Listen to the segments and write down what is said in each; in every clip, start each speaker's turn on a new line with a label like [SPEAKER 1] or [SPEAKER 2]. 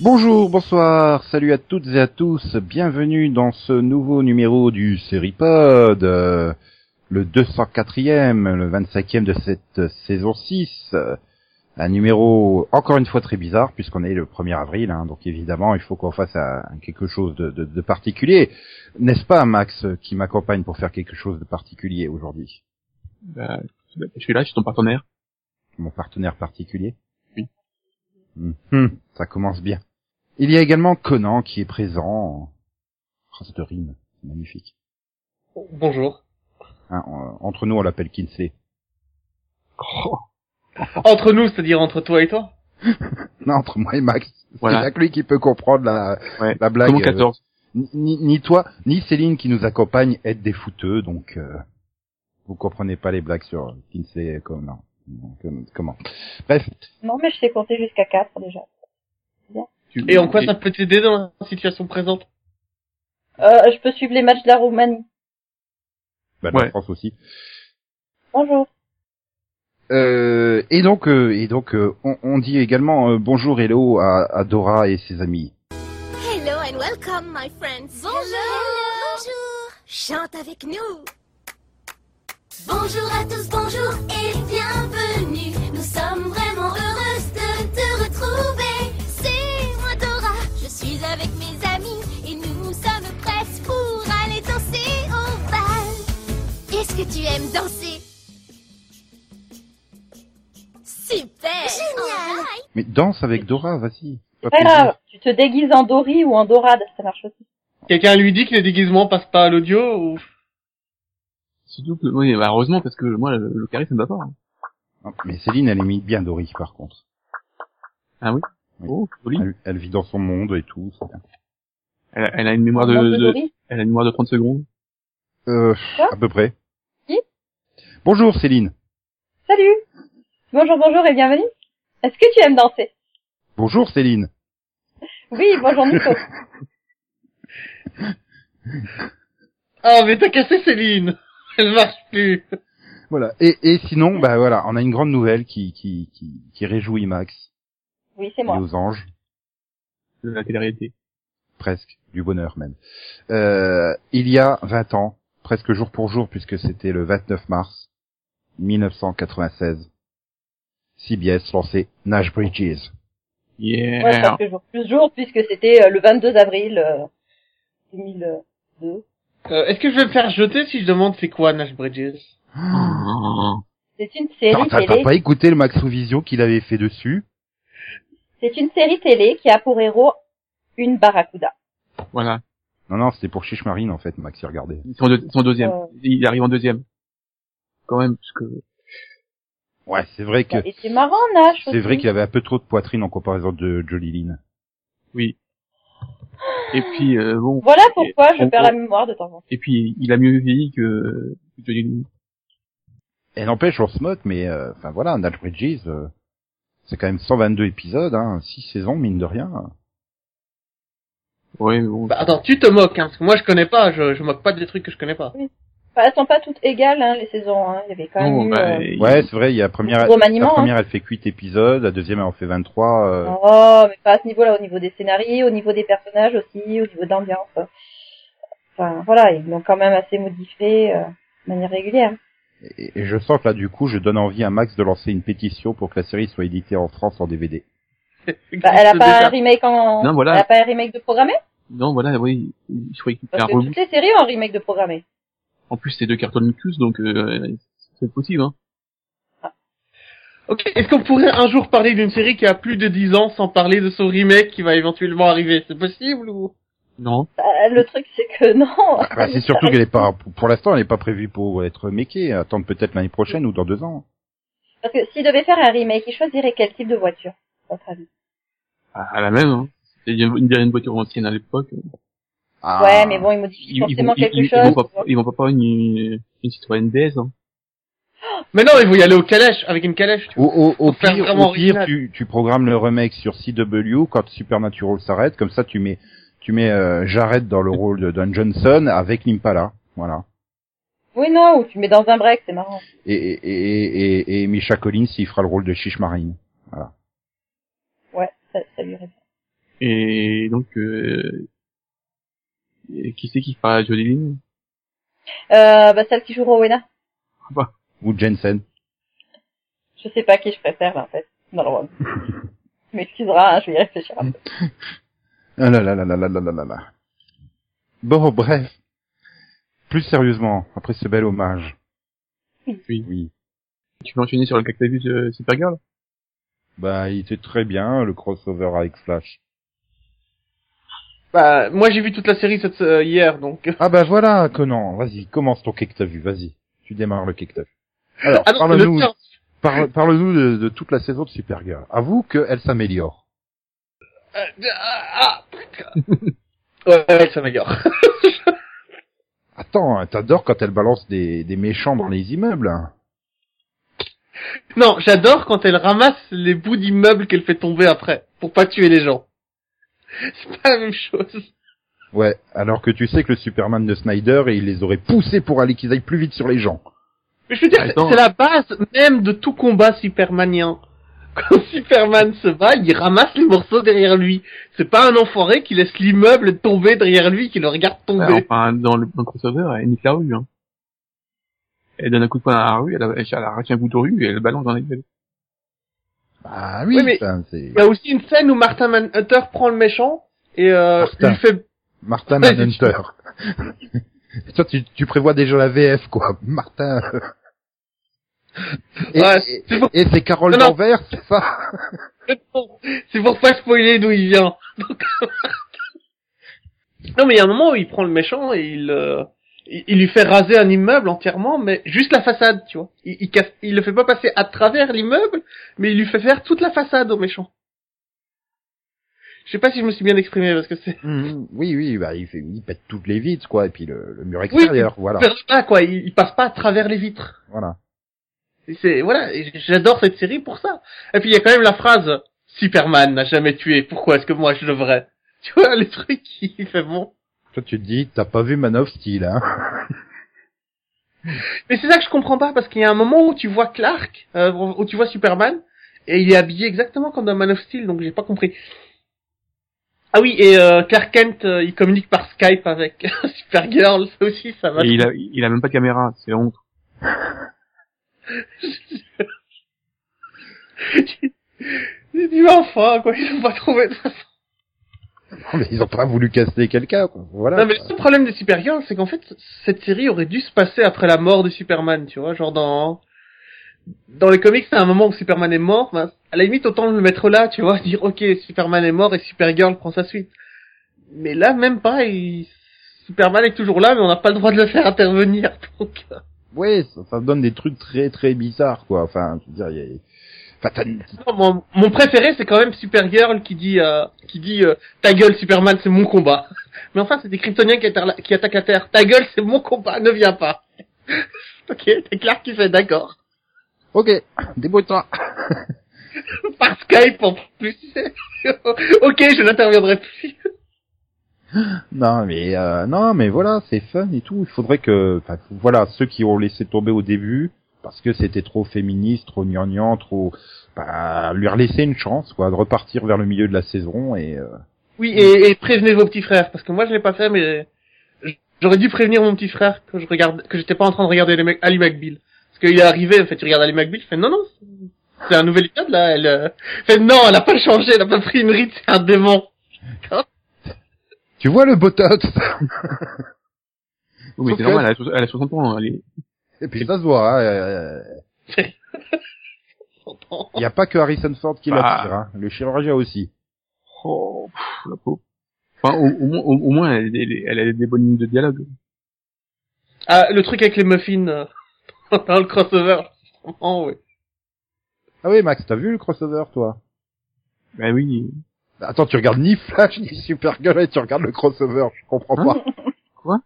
[SPEAKER 1] Bonjour, bonsoir, salut à toutes et à tous, bienvenue dans ce nouveau numéro du Seripod, euh, le 204e, le 25e de cette saison 6. Un numéro encore une fois très bizarre puisqu'on est le 1er avril, hein, donc évidemment il faut qu'on fasse un- quelque chose de, de- de particulier. N'est-ce pas Max qui m'accompagne pour faire quelque chose de particulier aujourd'hui
[SPEAKER 2] Bah, je suis là, je suis ton partenaire.
[SPEAKER 1] Mon partenaire particulier
[SPEAKER 2] Oui.
[SPEAKER 1] Mhm, ça commence bien. Il y a également Conan qui est présent. Oh, cette rime, c'est magnifique.
[SPEAKER 3] Bonjour.
[SPEAKER 1] Hein, on- entre nous, on l'appelle Kinsey.
[SPEAKER 2] Oh,
[SPEAKER 3] Entre nous, c'est-à-dire entre toi et toi
[SPEAKER 1] Non, entre moi et Max.
[SPEAKER 2] Voilà.
[SPEAKER 1] C'est pas que lui qui peut comprendre la,
[SPEAKER 2] Ouais.
[SPEAKER 1] la blague.
[SPEAKER 2] comment
[SPEAKER 1] euh,
[SPEAKER 2] 14
[SPEAKER 1] ni, ni toi, ni Céline qui nous accompagne aide des fouteux, donc euh, vous comprenez pas les blagues sur Kinsey comme non. Comme- Comment Bref,
[SPEAKER 4] Non, mais je sais compter jusqu'à 4 déjà.
[SPEAKER 2] tu-
[SPEAKER 3] Et en quoi ça peut t'aider dans la situation présente
[SPEAKER 4] Euh, je peux suivre les matchs de la Roumanie.
[SPEAKER 1] bah, la
[SPEAKER 2] Ouais.
[SPEAKER 1] France aussi.
[SPEAKER 4] Bonjour.
[SPEAKER 1] Euh, et donc, euh, et donc, euh, on, on dit également euh, bonjour, hello à, à Dora et ses amis.
[SPEAKER 5] Hello and welcome, my friends. Bonjour. Bonjour. Chante avec nous. Bonjour à tous, bonjour et bienvenue. Nous sommes vraiment heureuses de te retrouver. C'est moi Dora, je suis avec mes amis et nous sommes prêtes pour aller danser au bal. Qu'est-ce que tu aimes danser Super Génial
[SPEAKER 1] Mais danse avec Dora, vas-y. Pas
[SPEAKER 4] Pas
[SPEAKER 1] plaisir.
[SPEAKER 4] grave, tu te déguises en Dory ou en Dorade, ça marche aussi.
[SPEAKER 3] Quelqu'un lui dit que les déguisements passent pas à l'audio ou...
[SPEAKER 2] Surtout que- oui, bah, heureusement, parce que moi, le, le carré, ça me va pas. hein.
[SPEAKER 1] Non, Mais Céline, elle imite bien Dory, par contre.
[SPEAKER 2] Ah oui
[SPEAKER 1] Oui.
[SPEAKER 2] Oh, joli.
[SPEAKER 1] Elle, elle vit dans son monde et tout. c'est bien.
[SPEAKER 2] Elle, a- elle a une
[SPEAKER 1] Ah,
[SPEAKER 2] mémoire de,
[SPEAKER 4] Ah, Un peu
[SPEAKER 2] de-
[SPEAKER 4] Dory.
[SPEAKER 2] elle a une mémoire de 30 secondes.
[SPEAKER 1] Euh,
[SPEAKER 4] Quoi
[SPEAKER 1] à peu près.
[SPEAKER 4] Qui
[SPEAKER 1] Bonjour Céline.
[SPEAKER 4] Salut Bonjour, bonjour et bienvenue. Est-ce que tu aimes danser
[SPEAKER 1] Bonjour Céline.
[SPEAKER 4] Oui, bonjour Nico.
[SPEAKER 3] Ah, mais t'as cassé Céline Elle marche plus
[SPEAKER 1] Voilà. Et, et sinon, bah voilà, on a une grande nouvelle qui qui qui, qui réjouit Max
[SPEAKER 4] Oui, c'est
[SPEAKER 1] et
[SPEAKER 4] moi.
[SPEAKER 1] aux anges,
[SPEAKER 2] De la télé-réalité.
[SPEAKER 1] presque du bonheur même. Euh, il y a 20 ans, presque jour pour jour, puisque c'était le 29 mars 1996, CBS lançait Nash Bridges.
[SPEAKER 2] Yeah.
[SPEAKER 4] Ouais, parce que jour plus jour, puisque c'était euh, le 22 avril euh, 2002.
[SPEAKER 3] Euh, Est-ce que je vais me faire jeter si je demande c'est quoi Nash Bridges
[SPEAKER 2] Oh.
[SPEAKER 4] C'est une série
[SPEAKER 1] Attends, T'as t'as
[SPEAKER 4] télé.
[SPEAKER 1] pas écouté le Maxovision qu'il avait fait dessus
[SPEAKER 4] C'est une série télé qui a pour héros une barracuda.
[SPEAKER 2] Voilà.
[SPEAKER 1] Non, non, c'était pour Chiche Marine en fait, Max y regardait.
[SPEAKER 2] Son, deux- son deuxième.
[SPEAKER 4] Euh.
[SPEAKER 2] Il arrive en deuxième. Quand même, parce que...
[SPEAKER 1] Ouais, c'est vrai que
[SPEAKER 4] Et c'est marrant, Nash.
[SPEAKER 1] C'est vrai
[SPEAKER 4] aussi.
[SPEAKER 1] qu'il avait un peu trop de poitrine en comparaison de Jolie Lynn.
[SPEAKER 2] Oui. Et puis, euh, bon...
[SPEAKER 4] Voilà pourquoi je
[SPEAKER 2] On-
[SPEAKER 4] perds la
[SPEAKER 2] on-
[SPEAKER 4] mémoire de temps en temps.
[SPEAKER 2] Et puis, il a mieux vieilli que... que Johnny Depp.
[SPEAKER 1] Elle n'empêche, on se moque, mais euh, enfin voilà, Nash Bridges, euh, c'est quand même 122 épisodes, hein, 6 saisons, mine de rien.
[SPEAKER 2] Ouais, mais bon...
[SPEAKER 3] Bah attends, tu te moques, hein, parce que moi je connais pas, je, je moque pas des trucs que je connais pas.
[SPEAKER 4] Bah, elles sont pas toutes égales, hein, les saisons. Hein. Il y avait quand même
[SPEAKER 2] Non,
[SPEAKER 4] eu,
[SPEAKER 2] bah,
[SPEAKER 4] euh,
[SPEAKER 2] il-
[SPEAKER 1] Ouais, c'est vrai, il y a la première,
[SPEAKER 4] Remaniement, hein.
[SPEAKER 1] la première elle fait 8 épisodes, la deuxième elle en fait 23.
[SPEAKER 2] bah,
[SPEAKER 1] euh,
[SPEAKER 4] Oh, mais pas à ce niveau-là, au niveau des scénarios, au niveau des personnages aussi, au niveau d'ambiance. Enfin, voilà, ils l'ont quand même assez modifié euh, de manière régulière.
[SPEAKER 1] et, et je sens que là, du coup, je donne envie à Max de lancer une pétition pour que la série soit éditée en France en DVD.
[SPEAKER 4] Bah, elle a
[SPEAKER 3] Existe
[SPEAKER 4] pas
[SPEAKER 3] déjà.
[SPEAKER 4] un remake en...
[SPEAKER 2] Non, voilà.
[SPEAKER 4] Elle a pas un remake de programmé
[SPEAKER 2] Non, voilà, oui, je croyais qu'il
[SPEAKER 4] Parce
[SPEAKER 2] un
[SPEAKER 4] que
[SPEAKER 2] reboot.
[SPEAKER 4] toutes les séries ont un remake de programmé.
[SPEAKER 2] En plus, c'est deux cartons de cus, donc euh, c'est possible. Hein.
[SPEAKER 3] Ok, est-ce qu'on pourrait un jour parler d'une série qui a plus de 10 ans sans parler de son remake qui va éventuellement arriver C'est possible ou
[SPEAKER 2] Non.
[SPEAKER 4] Bah, le truc, c'est que non.
[SPEAKER 1] Ah bah, c'est surtout qu'elle est pas, pour l'instant, elle n'est pas prévue pour être méquée, attendre peut-être l'année prochaine ou dans deux ans.
[SPEAKER 4] Parce que s'ils devaient faire un remake, ils choisiraient quel type de voiture, à votre avis
[SPEAKER 2] À la même. Hein. Il y a une une voiture ancienne à l'époque.
[SPEAKER 1] Ah.
[SPEAKER 4] Ouais, mais bon, ils modifient
[SPEAKER 2] Ils, ils
[SPEAKER 4] forcément
[SPEAKER 2] vont, ils,
[SPEAKER 4] quelque
[SPEAKER 2] ils- ils
[SPEAKER 4] chose.
[SPEAKER 2] vont pas, ils vont pas prendre une, une Citroën DS. Hein.
[SPEAKER 3] Mais non, mais vous y allez au calèche, avec une calèche. tu
[SPEAKER 1] Au, au, au
[SPEAKER 3] Faut faire
[SPEAKER 1] pire,
[SPEAKER 3] vraiment
[SPEAKER 1] au pire,
[SPEAKER 3] original.
[SPEAKER 1] tu, tu programmes le remake sur CW quand Supernatural s'arrête, comme ça tu mets tu mets euh, Jared dans le rôle de Don Johnson avec l'Impala, voilà.
[SPEAKER 6] Oui, non, ou tu mets dans un break, c'est marrant.
[SPEAKER 1] Et, et, et, et, et Misha Collins, il fera le rôle de Chiche Marine.
[SPEAKER 6] Ouais, ça, ça lui répond.
[SPEAKER 2] Et donc, euh, et qui c'est qui fera Jodie Lynn
[SPEAKER 6] Euh, bah, celle qui joue Rowena.
[SPEAKER 1] Ou Jensen.
[SPEAKER 6] Je sais pas qui je préfère, là, en fait, dans le rôle. tu m'excuseras, hein, je vais y réfléchir. un peu.
[SPEAKER 1] Ah là là là là là là là là là. Bon, bref. Plus sérieusement, après ce bel hommage.
[SPEAKER 2] Oui.
[SPEAKER 1] Oui.
[SPEAKER 2] Tu peux enchaîner sur le cactus de Supergirl
[SPEAKER 1] Bah, il était très bien, le crossover avec Flash.
[SPEAKER 3] Bah, moi j'ai vu toute la série cette, euh, hier, donc.
[SPEAKER 1] Ah bah voilà, Conan, vas-y, commence ton cake que t'as vu, vas-y. Tu démarres le cake que t'as vu. Alors,
[SPEAKER 3] Ah non, le
[SPEAKER 1] parle-nous
[SPEAKER 3] tien.
[SPEAKER 1] parle, parle-nous de, de toute la saison de Supergirl. Avoue qu'elle s'améliore.
[SPEAKER 3] Euh, ah, ah, putain. ouais, ouais, ça m'égare.
[SPEAKER 1] Attends, hein, t'adores quand elle balance des, des méchants dans les immeubles. hein.
[SPEAKER 3] Non, j'adore quand elle ramasse les bouts d'immeubles qu'elle fait tomber après, pour pas tuer les gens. C'est pas la même chose.
[SPEAKER 1] Ouais, alors que tu sais que le Superman de Snyder, il les aurait poussés pour aller qu'ils aillent plus vite sur les gens.
[SPEAKER 3] Mais je veux dire, c'est
[SPEAKER 2] Attends.
[SPEAKER 3] c'est la base même de tout combat supermanien. Quand Superman se bat, il ramasse les morceaux derrière lui. C'est pas un enfoiré qui laisse l'immeuble tomber derrière lui, qui le regarde tomber.
[SPEAKER 2] Ouais, Enfin, dans le, dans le crossover, elle nique la rue. Hein. Elle donne un coup de poing à la rue, elle, elle, elle arrache un bout de rue et elle le balance dans la gueule.
[SPEAKER 1] Ah oui,
[SPEAKER 3] Oui, mais-
[SPEAKER 1] ça, c'est...
[SPEAKER 3] Il y a aussi une scène où Martin Manhunter prend le méchant et euh,
[SPEAKER 1] Martin.
[SPEAKER 3] il fait
[SPEAKER 1] Martin
[SPEAKER 3] Ouais,
[SPEAKER 1] Manhunter. Toi, tu, tu prévois déjà la VF, quoi. Martin. Et,
[SPEAKER 3] Ouais,
[SPEAKER 1] et-
[SPEAKER 3] c'est bon.
[SPEAKER 1] et c'est Carole
[SPEAKER 3] Non, non.
[SPEAKER 1] Danvers, c'est ça
[SPEAKER 3] C'est pour pas spoiler d'où il vient. Donc, non, mais il y a un moment où il prend le méchant et il, euh, il, il lui fait raser un immeuble entièrement, mais juste la façade, tu vois. Il, il, casse- il le fait pas passer à travers l'immeuble, mais il lui fait faire toute la façade au méchant. Je sais pas si je me suis bien exprimé parce que c'est
[SPEAKER 1] Mhm. Oui, oui, bah, il, fait, il pète toutes les vitres, quoi. Et puis le, le mur extérieur, voilà.
[SPEAKER 3] vers le bas, quoi. Il, il passe pas à travers les vitres.
[SPEAKER 1] voilà.
[SPEAKER 3] Et C'est voilà, et j'adore cette série pour ça. Et puis il y a quand même la phrase Superman n'a jamais tué. Pourquoi est-ce que moi je devrais Tu vois le truc qui fait bon.
[SPEAKER 1] Toi, tu te dis, t'as pas vu Man of Steel, hein
[SPEAKER 3] Mais c'est ça que je comprends pas parce qu'il y a un moment où tu vois Clark, euh, où tu vois Superman et il est habillé exactement comme dans Man of Steel, donc j'ai pas compris. Ah oui, et euh, Clark Kent, euh, il communique par Skype avec Supergirl, ça aussi, ça va.
[SPEAKER 2] Et il a, il a même pas de caméra, c'est la honte.
[SPEAKER 3] J'ai dit, mais enfin, quoi, ils ont pas trouvé de façon.
[SPEAKER 1] Mais ils ont pas voulu casser quelqu'un, quoi. Voilà.
[SPEAKER 3] Non, mais le seul problème de Supergirl, c'est qu'en fait, cette série aurait dû se passer après la mort de Superman, tu vois, genre dans... Dans les comics, c'est un moment où Superman est mort, ben, à la limite, autant le mettre là, tu vois, dire, ok, Superman est mort et Supergirl prend sa suite. Mais là, même pas, il- Superman est toujours là, mais on n'a pas le droit de le faire intervenir, donc... euh,
[SPEAKER 1] Oui, ça, ça donne des trucs très, très bizarres, quoi. Enfin, je veux dire, il y a... Enfin, t'as-
[SPEAKER 3] non, mon, mon préféré, c'est quand même Supergirl qui dit, euh, qui dit, euh, ta gueule, Superman, c'est mon combat. Mais enfin, c'est des Kryptoniens qui, atta- qui attaquent la Terre. Ta gueule, c'est mon combat, ne viens pas. ok, c'est clair qu'il fait d'accord.
[SPEAKER 1] Ok, débrouille-toi.
[SPEAKER 3] Par Skype, en plus, tu sais. ok, je n'interviendrai plus.
[SPEAKER 1] Non mais euh, non mais voilà c'est fun et tout. Il faudrait que enfin, voilà ceux qui ont laissé tomber au début parce que c'était trop féministe, trop gnangnan, trop bah, lui laisser une chance quoi de repartir vers le milieu de la saison et euh,
[SPEAKER 3] Oui, et, et prévenez vos petits frères, parce que moi, je l'ai pas fait, mais j'aurais dû prévenir mon petit frère que je regarde, que j'étais pas en train de regarder les mecs- Ali McBeal. Parce qu'il est arrivé, en fait, tu regardes Ali McBeal, tu fais non, non, c'est- c'est un nouvel épisode, là, elle, euh, fait non, elle a pas changé, elle a pas pris une ride, c'est un démon.
[SPEAKER 1] tu vois le botox
[SPEAKER 2] Oui, mais
[SPEAKER 1] Sauf
[SPEAKER 2] c'est
[SPEAKER 1] que-
[SPEAKER 2] normal, elle a, soix- elle a 60 ans, elle est...
[SPEAKER 1] et puis ça se voit. Il hein, n'y a pas que Harrison Ford qui
[SPEAKER 2] Bah.
[SPEAKER 1] l'attire, hein. le chirurgien aussi.
[SPEAKER 2] Oh, pff, la pauvre. Enfin, au, au, moins- au, au moins, elle, elle, elle a des bonnes lignes de dialogue.
[SPEAKER 3] Ah, le truc avec les muffins, euh, dans le crossover, oh, oui.
[SPEAKER 1] Ah oui Max t'as vu le crossover toi Bah,
[SPEAKER 2] Ben oui.
[SPEAKER 1] Attends tu regardes ni Flash ni Supergirl et tu regardes le crossover je comprends
[SPEAKER 2] Hein
[SPEAKER 1] pas.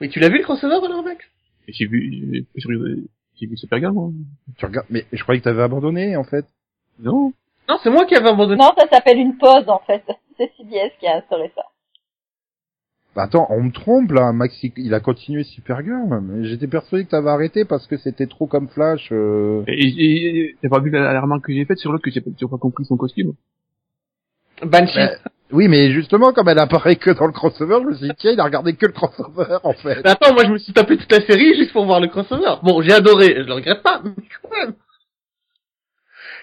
[SPEAKER 3] Mais tu l'as vu le crossover, alors, Max?
[SPEAKER 2] J'ai vu, j'ai vu- j'ai vu Supergirl, moi.
[SPEAKER 1] Tu regardes mais je croyais que t'avais abandonné en fait.
[SPEAKER 2] Non.
[SPEAKER 3] Non, c'est moi qui avais abandonné.
[SPEAKER 6] Non, ça s'appelle une pause, en fait. C'est CBS qui a instauré ça.
[SPEAKER 1] Bah, attends, on me trompe là, Max, il- il a continué Supergirl. mais J'étais persuadé que t'avais arrêté parce que c'était trop comme Flash. euh.
[SPEAKER 2] Et- Et et- t'as pas vu la, la remarque que j'ai faite sur l'autre que j'ai pas, j'ai pas compris son costume
[SPEAKER 3] Banshee.
[SPEAKER 1] Mais- Oui, mais justement, comme elle apparaît que dans le crossover, je me suis dit, tiens, il a regardé que le crossover, en fait.
[SPEAKER 3] Mais attends, moi je me suis tapé toute la série juste pour voir le crossover. Bon, j'ai adoré, je le regrette pas, mais quand même.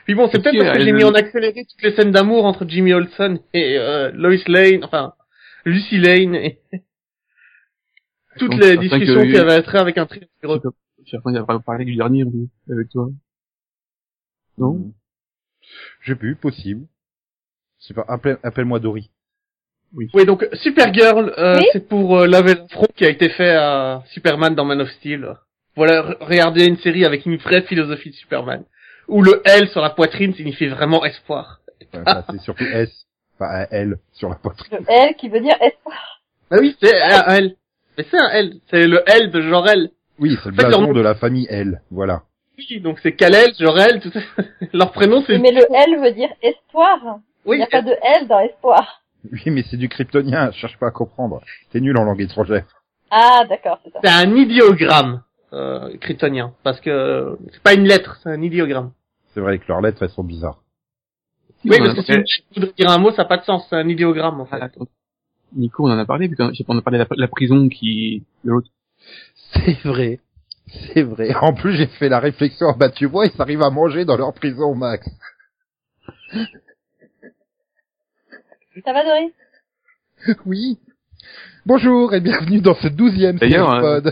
[SPEAKER 3] Puis bon, c'est
[SPEAKER 2] Parce
[SPEAKER 3] peut-être
[SPEAKER 2] que,
[SPEAKER 3] parce que
[SPEAKER 2] euh,
[SPEAKER 3] j'ai
[SPEAKER 2] le-
[SPEAKER 3] mis en accéléré toutes les scènes d'amour entre Jimmy Olsen et euh, Lois Lane, enfin Lucy Lane et toutes
[SPEAKER 2] Donc,
[SPEAKER 3] les
[SPEAKER 2] certain
[SPEAKER 3] discussions
[SPEAKER 2] que-
[SPEAKER 3] qui avaient trait avec un trio.
[SPEAKER 2] Je suis en train d'avoir parlé du dernier oui, avec toi. Non
[SPEAKER 1] J'ai pu, possible. C'est pas, appelle- appelle-moi Dory.
[SPEAKER 3] Oui, donc Supergirl, euh,
[SPEAKER 6] Oui
[SPEAKER 3] c'est pour euh, laver le front qui a été fait à Superman dans Man of Steel. Voilà, re- regardez une série avec une vraie philosophie de Superman, où le L sur la poitrine signifie vraiment espoir.
[SPEAKER 1] Enfin, c'est surtout S. Enfin, un L sur la poitrine.
[SPEAKER 6] Le L qui veut dire espoir.
[SPEAKER 3] Bah oui, c'est
[SPEAKER 6] Ah.
[SPEAKER 3] un L. Mais c'est un L. C'est le L de Jorel.
[SPEAKER 1] Oui, c'est le
[SPEAKER 3] En fait,
[SPEAKER 1] blason
[SPEAKER 3] leur-
[SPEAKER 1] de la famille L. Voilà.
[SPEAKER 3] Oui, donc c'est Kalel, Jorel, tout ça. Leur prénom, c'est...
[SPEAKER 6] Mais le L veut dire espoir. Il
[SPEAKER 3] Oui,
[SPEAKER 6] n'y a pas de L dans espoir.
[SPEAKER 1] Oui, mais c'est du kryptonien, je cherche pas à comprendre. T'es nul en langue étrangère.
[SPEAKER 6] Ah, d'accord, c'est ça.
[SPEAKER 3] c'est un idiogramme euh, kryptonien. Parce que c'est pas une lettre, c'est un idiogramme.
[SPEAKER 1] C'est vrai que leurs lettres, elles sont bizarres.
[SPEAKER 3] Oui,
[SPEAKER 2] on en a
[SPEAKER 3] parce que si une
[SPEAKER 2] parlé-
[SPEAKER 3] lettre voudrait dire un mot, ça n'a pas de sens. C'est un idiogramme, en fait.
[SPEAKER 2] Ah, attends. Nico, on en a parlé, puis quand- je sais pas, on a parlé de la, la prison qui... de l'autre.
[SPEAKER 1] C'est vrai. C'est vrai. En plus, j'ai fait la réflexion, bah tu vois, ils arrivent à manger dans leur prison, Max.
[SPEAKER 6] Ça va, Doris
[SPEAKER 1] Oui. Bonjour et bienvenue dans ce douzième
[SPEAKER 2] D'ailleurs,
[SPEAKER 1] pod.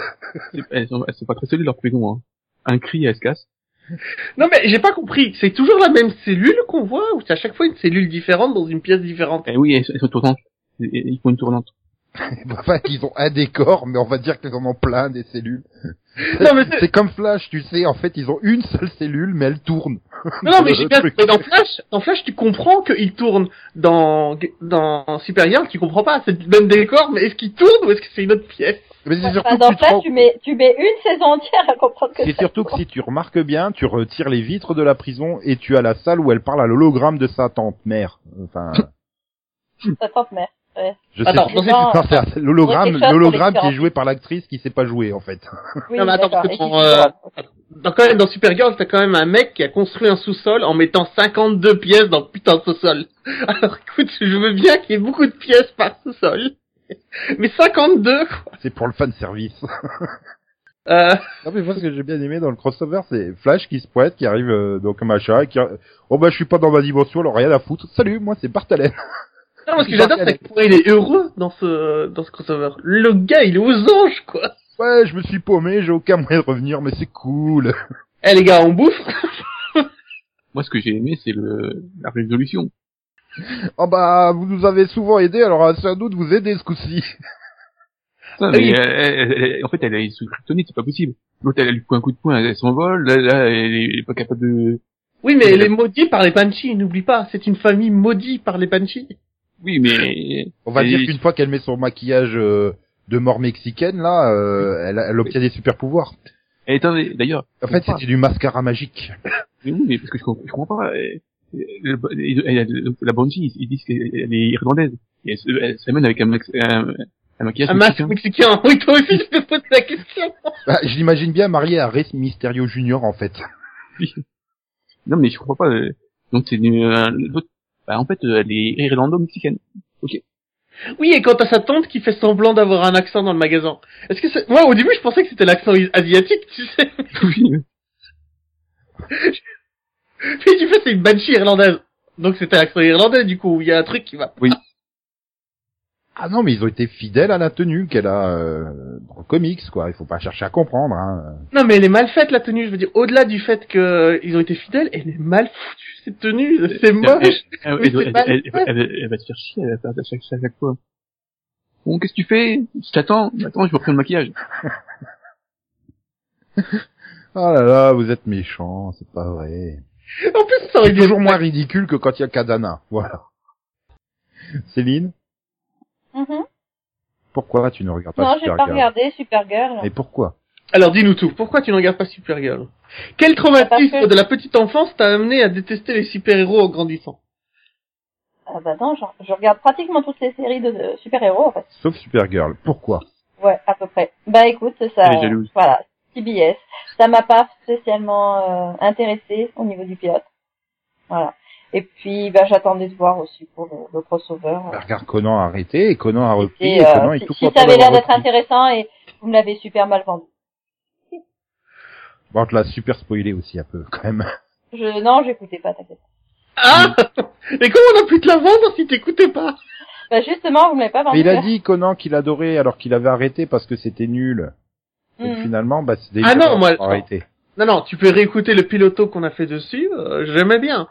[SPEAKER 2] C'est- Elles sont, elles sont pas très solides, leur prison. Hein. Un cri, elles se cassent.
[SPEAKER 3] Non, mais j'ai pas compris. C'est toujours la même cellule qu'on voit ou c'est à chaque fois une cellule différente dans une pièce différente
[SPEAKER 2] Et Eh oui, elles, sont- elles sont tournantes. Et- et- Ils font une tournante.
[SPEAKER 1] Enfin, ils ont un décor, mais on va dire qu'ils en ont plein des cellules.
[SPEAKER 3] Non, mais c'est-
[SPEAKER 1] C'est comme Flash, tu sais, en fait, ils ont une seule cellule, mais elle tourne.
[SPEAKER 3] Non, non, mais j'ai
[SPEAKER 1] Le
[SPEAKER 3] bien...
[SPEAKER 1] truc.
[SPEAKER 3] mais dans Flash, dans Flash, tu comprends qu'il tourne. Dans, dans Supergirl, tu comprends pas. C'est le même décor, mais est-ce qu'il tourne ou est-ce que c'est une autre pièce
[SPEAKER 1] Mais c'est
[SPEAKER 6] Enfin,
[SPEAKER 1] surtout, que
[SPEAKER 6] dans
[SPEAKER 1] tu te
[SPEAKER 6] Flash,
[SPEAKER 1] rends-
[SPEAKER 6] tu mets, tu mets une saison entière à comprendre que
[SPEAKER 1] c'est
[SPEAKER 6] ça
[SPEAKER 1] surtout que si tu remarques bien, tu retires les vitres de la prison et tu as la salle où elle parle à l'hologramme de sa tante mère. Enfin,
[SPEAKER 6] ça tente merde.
[SPEAKER 1] je
[SPEAKER 3] Attends,
[SPEAKER 1] sais
[SPEAKER 3] dans
[SPEAKER 1] plus.
[SPEAKER 3] cette-
[SPEAKER 1] Non, c'est un- l'hologramme,
[SPEAKER 6] quelque chose pour
[SPEAKER 1] l'hologramme qui est
[SPEAKER 6] l'expérience.
[SPEAKER 1] joué par l'actrice qui sait pas jouer en fait.
[SPEAKER 6] Oui,
[SPEAKER 3] Non, mais attends,
[SPEAKER 6] d'accord.
[SPEAKER 3] parce que
[SPEAKER 6] Et
[SPEAKER 3] pour,
[SPEAKER 6] qui-
[SPEAKER 3] euh, dans, quand même, dans Supergirl, t'as quand même un mec qui a construit un sous-sol en mettant 52 pièces dans le putain de sous-sol. Alors écoute, je veux bien qu'il y ait beaucoup de pièces par sous-sol. Mais 52, quoi.
[SPEAKER 1] C'est pour le fan service.
[SPEAKER 3] Euh,
[SPEAKER 1] Non mais moi ce que j'ai bien aimé dans le crossover c'est Flash qui se pointe, qui arrive euh, donc machin, et qui oh bah je suis pas dans ma dimension, alors rien à foutre. Salut, moi c'est Bartalen.
[SPEAKER 3] non, parce que j'adore, c'est que il est heureux dans ce, dans ce crossover. Le gars, il est aux anges, quoi.
[SPEAKER 1] Ouais, je me suis paumé, j'ai aucun moyen de revenir, mais c'est cool.
[SPEAKER 3] Eh, les gars, on bouffe.
[SPEAKER 2] Moi, ce que j'ai aimé, c'est le, la résolution.
[SPEAKER 1] Oh bah vous nous avez souvent aidé, alors c'est à nous de vous aider ce coup-ci.
[SPEAKER 2] Ça,
[SPEAKER 3] Ah
[SPEAKER 2] mais
[SPEAKER 3] oui.
[SPEAKER 2] elle- elle- elle- elle- en fait, elle est sous kryptonite, c'est pas possible. L'autre, elle a lui fout un coup de poing, elle, elle s'envole. Là, là, elle, est- elle est pas capable de...
[SPEAKER 3] Oui, mais elle est maudite par les Banshees, n'oublie pas. C'est une famille maudite par les Banshees.
[SPEAKER 2] Oui, mais...
[SPEAKER 1] On va
[SPEAKER 2] Et-
[SPEAKER 1] dire qu'une fois qu'elle met son maquillage euh, de mort mexicaine là, euh, elle, elle obtient des super pouvoirs.
[SPEAKER 2] Et attendez, d'ailleurs...
[SPEAKER 1] En fait
[SPEAKER 2] c'est...
[SPEAKER 1] c'était du mascara magique.
[SPEAKER 2] Mais oui, mais parce que je comprends, je comprends pas. euh, le- le- elle- elle- la Banshee, ils disent qu'elle elle est irlandaise. Et elle, se- elle s'amène avec un, max- un, un maquillage
[SPEAKER 3] Un masque
[SPEAKER 2] mexicain.
[SPEAKER 3] mexicain. Oui, toi aussi, je te pose la question.
[SPEAKER 1] Bah, je l'imagine bien mariée à Rey Mysterio Junior en fait.
[SPEAKER 2] Non, mais je comprends pas. euh, Donc, c'est une... un- l'autre- bah, en fait, euh, elle est irlando-mexicaine.
[SPEAKER 3] Oui, et quant à sa tante qui fait semblant d'avoir un accent dans le magasin. Est-ce que c'est... Moi, au début, je pensais que c'était l'accent is- asiatique, tu sais.
[SPEAKER 2] Oui.
[SPEAKER 3] Puis tu fais, c'est une banshee irlandaise. Donc c'était l'accent irlandais, du coup. Il y a un truc qui va...
[SPEAKER 1] Ah non, mais ils ont été fidèles à la tenue qu'elle a euh, dans le comics, quoi. Il faut pas chercher à comprendre. Hein.
[SPEAKER 3] Non, mais elle est mal faite, la tenue. Je veux dire, au-delà du fait qu'ils ont été fidèles, elle est mal foutue, cette tenue. C'est moche.
[SPEAKER 2] Elle,
[SPEAKER 3] Mais
[SPEAKER 2] elle-
[SPEAKER 3] c'est
[SPEAKER 2] elle-
[SPEAKER 3] pas-
[SPEAKER 2] elle- elle- elle- elle va te faire chier, elle va faire à chaque, à chaque fois. Bon, qu'est-ce que tu fais Je t'attends, attends, je vais reprendre le maquillage.
[SPEAKER 1] Ah là là, vous êtes méchants, c'est pas vrai.
[SPEAKER 3] En plus, ça aurait
[SPEAKER 1] C'est
[SPEAKER 3] été...
[SPEAKER 1] toujours moins ridicule que quand il y a Kadana, voilà. Céline,
[SPEAKER 6] Mhm.
[SPEAKER 1] pourquoi tu ne regardes euh, pas
[SPEAKER 6] Non, j'ai pas
[SPEAKER 1] Supergirl
[SPEAKER 6] regardé Supergirl.
[SPEAKER 1] Et pourquoi
[SPEAKER 3] Alors, dis-nous tout. Pourquoi tu ne regardes pas Supergirl Quel traumatisme
[SPEAKER 6] Parce que-
[SPEAKER 3] de la petite enfance t'a amené à détester les super-héros en grandissant
[SPEAKER 6] Ah bah non, je, je regarde pratiquement toutes les séries de, de super-héros en fait.
[SPEAKER 1] Sauf Supergirl. Pourquoi
[SPEAKER 6] Ouais, à peu près. Bah écoute, ça,
[SPEAKER 2] Elle est jalouse.
[SPEAKER 6] voilà, CBS. Ça m'a pas spécialement euh, intéressé au niveau du pilote. Voilà. Et puis, bah, j'attendais de voir aussi pour le, le crossover.
[SPEAKER 1] Bah, Regarde Conan a arrêté, et Conan a repris, et,
[SPEAKER 6] Et, euh,
[SPEAKER 1] Conan est
[SPEAKER 6] si,
[SPEAKER 1] tout
[SPEAKER 6] si
[SPEAKER 1] content
[SPEAKER 6] ça avait l'air
[SPEAKER 1] d'avoir
[SPEAKER 6] d'être
[SPEAKER 1] repris.
[SPEAKER 6] intéressant et vous me l'avez super mal vendu.
[SPEAKER 1] Bon, tu l'as super spoilé aussi un peu, quand même.
[SPEAKER 6] Je, non, j'écoutais pas, t'inquiète.
[SPEAKER 3] Ah Mais comment on a pu te la vendre si t'écoutais pas
[SPEAKER 6] Bah, justement, vous me l'avez pas vendu.
[SPEAKER 1] Mais il a dit Conan qu'il adorait alors qu'il avait arrêté parce que c'était nul.
[SPEAKER 6] Mhm.
[SPEAKER 1] Et finalement, bah, c'est des
[SPEAKER 3] Ah non, moi-
[SPEAKER 1] arrêté.
[SPEAKER 3] Non, non, tu peux réécouter le piloto qu'on a fait dessus, euh, j'aimais bien.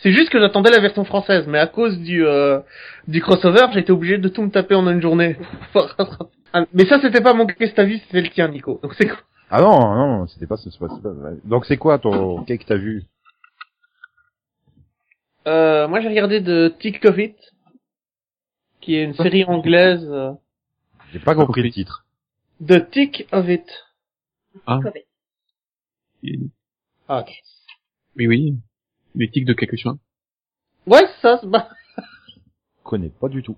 [SPEAKER 3] C'est juste que j'attendais la version française, mais à cause du, euh, du crossover, j'ai été obligé de tout me taper en une journée. pour pouvoir- Ah, mais ça, c'était pas mon case ta vie, c'était le tien, Nico. Donc c'est
[SPEAKER 1] Ah non, non, c'était pas ce soir. c'est pas- Donc c'est quoi ton qu'est-ce que t'as vu
[SPEAKER 3] euh, Moi, j'ai regardé de Tick Covid, qui est une série anglaise. euh,
[SPEAKER 1] J'ai pas compris le titre.
[SPEAKER 3] de Tick of It. Ah,
[SPEAKER 2] Oui, oui. Les tics de quelque chose.
[SPEAKER 3] Ouais, c'est ça, c'est- bah,
[SPEAKER 1] Je connais pas du tout.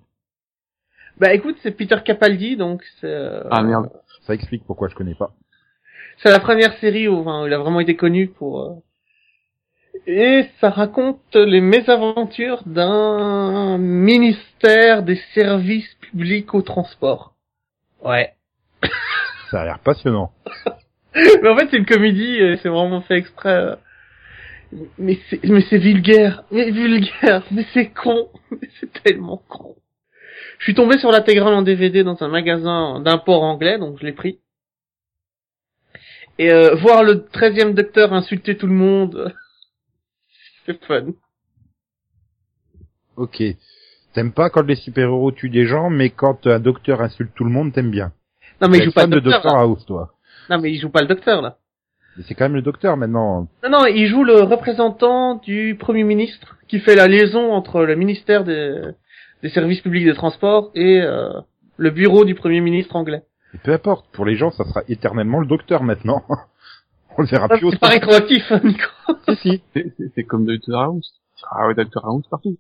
[SPEAKER 3] bah écoute, c'est Peter Capaldi, donc c'est euh,
[SPEAKER 2] Ah merde.
[SPEAKER 1] Ça explique pourquoi je connais pas.
[SPEAKER 3] c'est la première série où, enfin, où il a vraiment été connu pour. euh, Et ça raconte les mésaventures d'un ministère des services publics au transport. Ouais.
[SPEAKER 1] Ça a l'air passionnant.
[SPEAKER 3] Mais en fait, c'est une comédie, et c'est vraiment fait exprès. euh. Mais c'est, mais c'est vulgaire, mais vulgaire, mais c'est con, mais c'est tellement con. Je suis tombé sur l'intégrale en DVD dans un magasin d'import anglais, donc je l'ai pris. Et euh, voir le 13e docteur insulter tout le monde, c'est fun.
[SPEAKER 1] Ok. T'aimes pas quand les super-héros tuent des gens, mais quand un docteur insulte tout le monde, t'aimes bien.
[SPEAKER 3] Non mais
[SPEAKER 1] T'es
[SPEAKER 3] il joue pas
[SPEAKER 1] fan
[SPEAKER 3] le
[SPEAKER 1] de
[SPEAKER 3] docteur. hein.
[SPEAKER 1] Doctor
[SPEAKER 3] là.
[SPEAKER 1] House, toi.
[SPEAKER 3] Non mais il joue pas le docteur là.
[SPEAKER 1] Mais c'est quand même le docteur maintenant.
[SPEAKER 3] Non non, il joue le représentant du premier ministre qui fait la liaison entre le ministère des, des services publics des transports et euh, le bureau du premier ministre anglais.
[SPEAKER 1] Et peu importe, pour les gens, ça sera éternellement le docteur maintenant. On le verra plus au
[SPEAKER 3] C'est pas rétroactif, hein, Nico.
[SPEAKER 1] Si, si.
[SPEAKER 2] C'est- C'est c'est comme Dr House. Ah ouais, Dr House partout.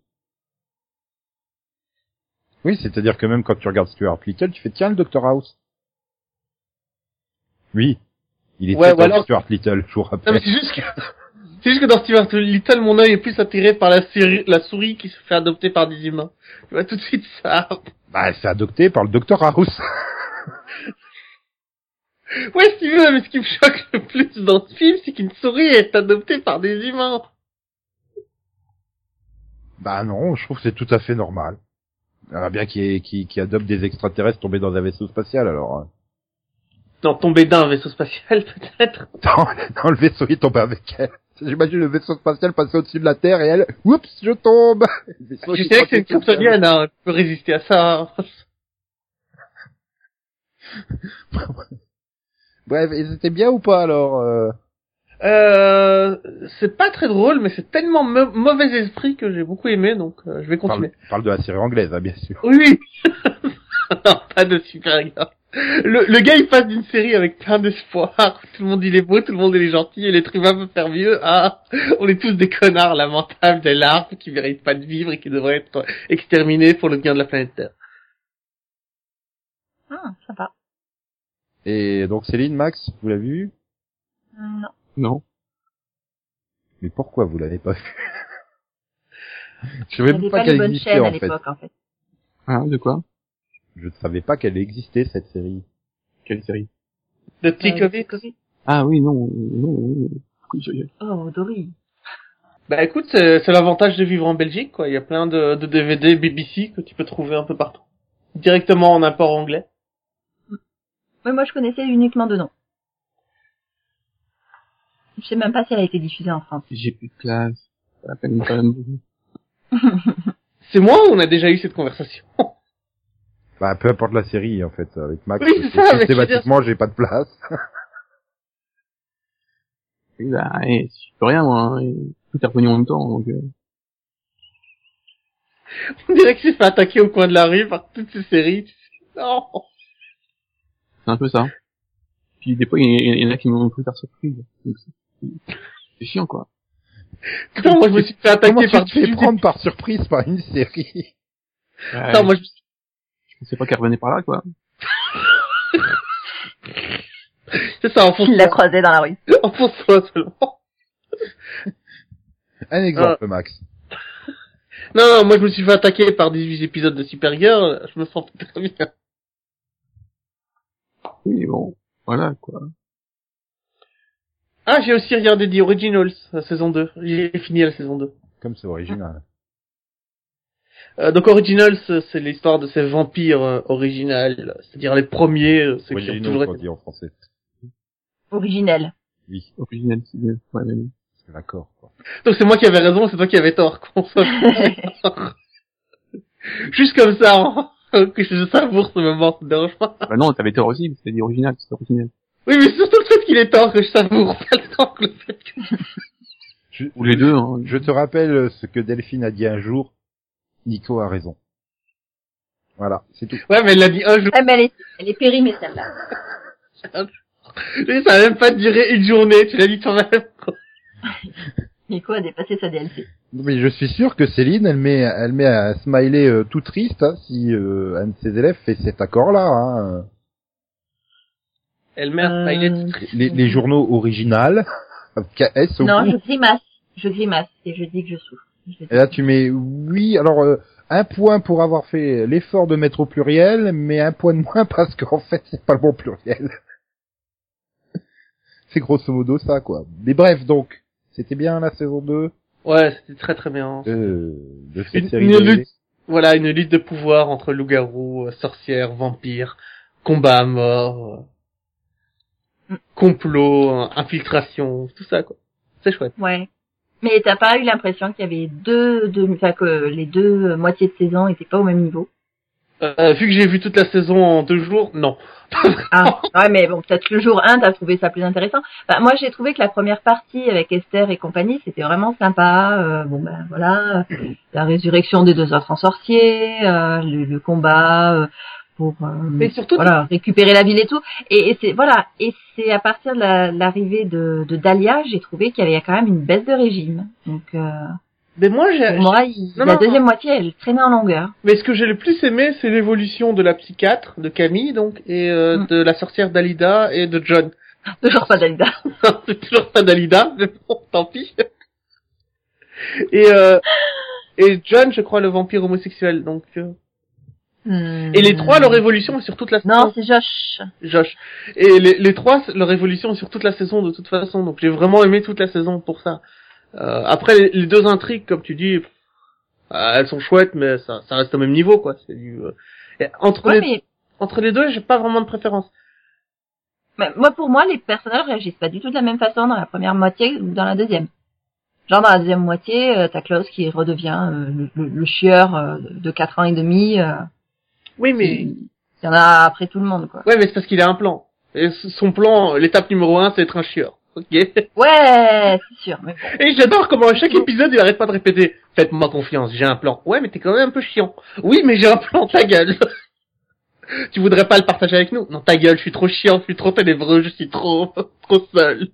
[SPEAKER 1] Oui, c'est-à-dire que même quand tu regardes Stuart Little, tu fais tiens le Dr House. Oui, il était
[SPEAKER 3] Ouais,
[SPEAKER 1] dans
[SPEAKER 3] voilà.
[SPEAKER 1] Stuart Little, je vous
[SPEAKER 3] Non mais
[SPEAKER 1] rappelle.
[SPEAKER 3] c'est juste que c'est juste que dans Steve Little, mon œil est plus attiré par la, série- la souris qui se fait adopter par des humains. Tu vois tout de suite ça.
[SPEAKER 1] Bah, c'est adopté par le Dr House.
[SPEAKER 3] Ouais, si tu veux, mais ce qui me choque le plus dans ce film, c'est qu'une souris est adoptée par des humains.
[SPEAKER 1] bah non, je trouve que c'est tout à fait normal. Il y en a bien qui, qui, qui adopte des extraterrestres tombés dans un vaisseau spatial, alors. hein.
[SPEAKER 3] Non, tomber d'un vaisseau spatial, peut-être.
[SPEAKER 1] Non, non, le vaisseau il tombe avec elle. J'imagine le vaisseau spatial passer au-dessus de la Terre et elle, oups, je tombe. Le vaisseau
[SPEAKER 3] Je
[SPEAKER 1] qui
[SPEAKER 3] Ah, sais que c'est une
[SPEAKER 1] croit qu'il tombe.
[SPEAKER 3] kryptonienne, hein. Tu peux résister à ça. hein.
[SPEAKER 1] Bref, et c'était bien ou pas alors euh,
[SPEAKER 3] Euh, c'est pas très drôle, mais c'est tellement mau- mauvais esprit que j'ai beaucoup aimé, donc euh, je vais
[SPEAKER 1] parle,
[SPEAKER 3] continuer.
[SPEAKER 1] parle de la série anglaise, hein, bien sûr.
[SPEAKER 3] Oui, oui. non, pas de super gars. Le, le gars, il passe d'une série avec plein d'espoir. Tout le monde, il est beau, tout le monde, il est gentil, et l'être humain peut faire mieux. Ah, on est tous des connards lamentables, des larves qui méritent pas de vivre et qui devraient être exterminés pour le bien de la planète Terre.
[SPEAKER 4] Ah, sympa.
[SPEAKER 1] Et donc Céline, Max, vous l'avez vu
[SPEAKER 4] Mm. Non.
[SPEAKER 2] Non.
[SPEAKER 1] Mais pourquoi vous l'avez pas vu Je savais
[SPEAKER 4] Il n'y
[SPEAKER 1] même
[SPEAKER 4] avait pas
[SPEAKER 1] pas
[SPEAKER 4] les
[SPEAKER 1] qu'elle
[SPEAKER 4] bonnes
[SPEAKER 1] existait
[SPEAKER 4] chaînes à
[SPEAKER 1] en fait.
[SPEAKER 4] l'époque, en fait.
[SPEAKER 2] Ah, de quoi
[SPEAKER 1] Je ne savais pas qu'elle existait cette série.
[SPEAKER 2] Quelle série
[SPEAKER 3] De
[SPEAKER 4] Euh,
[SPEAKER 3] petit Covid.
[SPEAKER 4] Covid.
[SPEAKER 2] Ah oui, non, non, non. Oui, je- je-
[SPEAKER 4] Oh, Dory.
[SPEAKER 3] Bah écoute, c'est c'est l'avantage de vivre en Belgique, quoi. Il y a plein de, de DVD BBC que tu peux trouver un peu partout. Directement en import anglais.
[SPEAKER 4] Oui, moi, je connaissais uniquement deux noms. Je sais même pas si elle a été diffusée en France.
[SPEAKER 2] J'ai plus de place. Pas la peine, pas la peine.
[SPEAKER 3] C'est moi ou on a déjà eu cette conversation
[SPEAKER 1] Bah peu importe la série en fait avec Max.
[SPEAKER 3] Oui, c'est
[SPEAKER 1] c'est
[SPEAKER 3] ça, mais je veux
[SPEAKER 1] systématiquement j'ai pas de place.
[SPEAKER 2] Oui, Bah, eh, je peux rien, moi. hein. Tout est revenu en même temps, donc... euh,
[SPEAKER 3] On dirait que j'ai fait attaquer au coin de la rue par toutes ces séries. Non
[SPEAKER 2] C'est un peu ça. Puis des fois, il y, il y en a qui m'ont fait faire surprise. Donc, C'est c'est chiant, quoi.
[SPEAKER 3] Putain, moi je me suis fait
[SPEAKER 1] Comment
[SPEAKER 3] attaquer
[SPEAKER 1] tu
[SPEAKER 3] par
[SPEAKER 1] te fais
[SPEAKER 3] Disney.
[SPEAKER 1] prendre par surprise par une série
[SPEAKER 2] Ouais,
[SPEAKER 3] Putain, moi je
[SPEAKER 2] je pensais pas qu'elle revenait par là, quoi.
[SPEAKER 3] c'est ça, enfonce
[SPEAKER 4] Il l'a croisé dans la rue.
[SPEAKER 3] enfonce-toi seulement.
[SPEAKER 1] Un exemple, Max.
[SPEAKER 3] Non, non, moi je me suis fait attaquer par 18 épisodes de Supergirl, je me sens pas très bien.
[SPEAKER 2] Oui, bon. Voilà, quoi.
[SPEAKER 3] Ah, j'ai aussi regardé The Originals, la saison 2. J'ai fini la saison 2.
[SPEAKER 1] Comme c'est original.
[SPEAKER 3] Euh, donc Originals, euh, c'est l'histoire de ces vampires euh, originales, c'est-à-dire les premiers, euh, ceux qui ont
[SPEAKER 1] Original,
[SPEAKER 3] toujours été...
[SPEAKER 1] on dit en français.
[SPEAKER 4] Originel.
[SPEAKER 1] Oui,
[SPEAKER 2] Original, c'est mieux. Ouais, mais...
[SPEAKER 1] c'est l'accord. quoi.
[SPEAKER 3] Donc c'est moi qui avais raison, c'est toi qui avais tort. qu'on soit- Juste comme ça, hein, que je savoure ce moment, ça me dérange pas.
[SPEAKER 2] Bah non, t'avais tort aussi, c'était dit original, c'était original.
[SPEAKER 3] Oui, mais surtout le fait qu'il est tort, que je savoure pas le temps que le fait que...
[SPEAKER 1] Je,
[SPEAKER 2] Ou les deux, hein.
[SPEAKER 1] je te rappelle ce que Delphine a dit un jour. Nico a raison. Voilà, c'est tout.
[SPEAKER 3] Ouais, mais elle l'a dit un jour,
[SPEAKER 4] Ah, mais elle est, elle est périmée, celle-là.
[SPEAKER 3] et ça a même pas duré une journée, tu l'as dit quand même.
[SPEAKER 4] Nico a dépassé sa DLC.
[SPEAKER 1] Mais je suis sûr que Céline, elle met, elle met un smiley euh, tout triste hein, si euh, un de ses élèves fait cet accord-là. hein.
[SPEAKER 3] Elle met un
[SPEAKER 4] Euh,
[SPEAKER 3] smiley.
[SPEAKER 1] Les, les journaux originaux, avec un S au
[SPEAKER 4] Non,
[SPEAKER 1] bout.
[SPEAKER 4] je grimace. Je grimace et je dis que je souffre. Je-
[SPEAKER 1] Et là, tu mets oui. Alors, euh, un point pour avoir fait l'effort de mettre au pluriel, mais un point de moins parce qu'en fait, c'est pas le bon pluriel. c'est grosso modo ça, quoi. Mais bref, donc, c'était bien la saison 2
[SPEAKER 3] Ouais, c'était très très bien.
[SPEAKER 1] euh, de cette
[SPEAKER 3] Une-
[SPEAKER 1] série. E.
[SPEAKER 3] une
[SPEAKER 1] de-
[SPEAKER 3] lutte. Voilà, une lutte de pouvoir entre loup-garou, euh, sorcière, vampire, combat à mort, euh, complot, euh, infiltration, tout ça quoi. C'est chouette.
[SPEAKER 4] Ouais. Mais t'as pas eu l'impression qu'il y avait deux, deux, enfin que les deux euh, moitiés de saison étaient pas au même niveau
[SPEAKER 3] Euh, vu que j'ai vu toute la saison en deux jours, non.
[SPEAKER 4] Ah, ouais, mais bon, peut-être le jour 1, t'as trouvé ça plus intéressant. Bah, moi, j'ai trouvé que la première partie avec Esther et compagnie, c'était vraiment sympa. Euh, bon, ben voilà, euh, la résurrection des deux autres en sorciers, euh, le, le combat euh, pour euh,
[SPEAKER 3] Mais surtout,
[SPEAKER 4] voilà récupérer la ville et tout. Et, et c'est voilà, et c'est à partir de la- l'arrivée de, de Dahlia, j'ai trouvé qu'il y avait quand même une baisse de régime. Donc, euh,
[SPEAKER 3] mais moi j'ai.
[SPEAKER 4] pour moi, il-
[SPEAKER 3] Euh, Non,
[SPEAKER 4] la
[SPEAKER 3] non,
[SPEAKER 4] deuxième moitié, elle traînait en longueur.
[SPEAKER 3] Mais ce que j'ai le plus aimé, c'est l'évolution de la psychiatre, de Camille donc, et euh,
[SPEAKER 4] Mm.
[SPEAKER 3] de la sorcière Dalida et de John.
[SPEAKER 4] Toujours pas Dalida.
[SPEAKER 3] c'est toujours pas Dalida, mais bon, tant pis. Et euh, et John, je crois, le vampire homosexuel. Donc euh. et les trois leur évolution est sur toute la
[SPEAKER 4] Non,
[SPEAKER 3] saison.
[SPEAKER 4] c'est Josh.
[SPEAKER 3] Hmm. Josh. Et les, les trois leur évolution est sur toute la saison de toute façon. Donc j'ai vraiment aimé toute la saison pour ça. Euh, après les, les deux intrigues, comme tu dis, pff, euh, elles sont chouettes, mais ça, ça reste au même niveau quoi. C'est du euh, et entre
[SPEAKER 4] Ouais,
[SPEAKER 3] les
[SPEAKER 4] mais
[SPEAKER 3] entre les deux, j'ai pas vraiment de préférence.
[SPEAKER 4] mais moi, pour moi, les personnages réagissent pas du tout de la même façon dans la première moitié ou dans la deuxième. Genre, dans la deuxième moitié, euh, t'as Klaus qui redevient euh, le, le- le chieur euh, de 4 ans et demi. euh,
[SPEAKER 3] Oui, mais
[SPEAKER 4] qui- Il y en a après tout le monde, quoi.
[SPEAKER 3] ouais, mais c'est parce qu'il a un plan. Et s- son plan, l'étape numéro un, c'est être un chieur. Ok.
[SPEAKER 4] Ouais, c'est sûr. Mais bon.
[SPEAKER 3] Et j'adore comment à chaque épisode, il arrête pas de répéter « Faites-moi confiance, j'ai un plan. »« Ouais, mais t'es quand même un peu chiant. »« Oui, mais j'ai un plan, ta gueule. »« Tu voudrais pas le partager avec nous ?»« Non, ta gueule, je suis trop chiant, je suis trop ténébreux, je suis trop trop seul.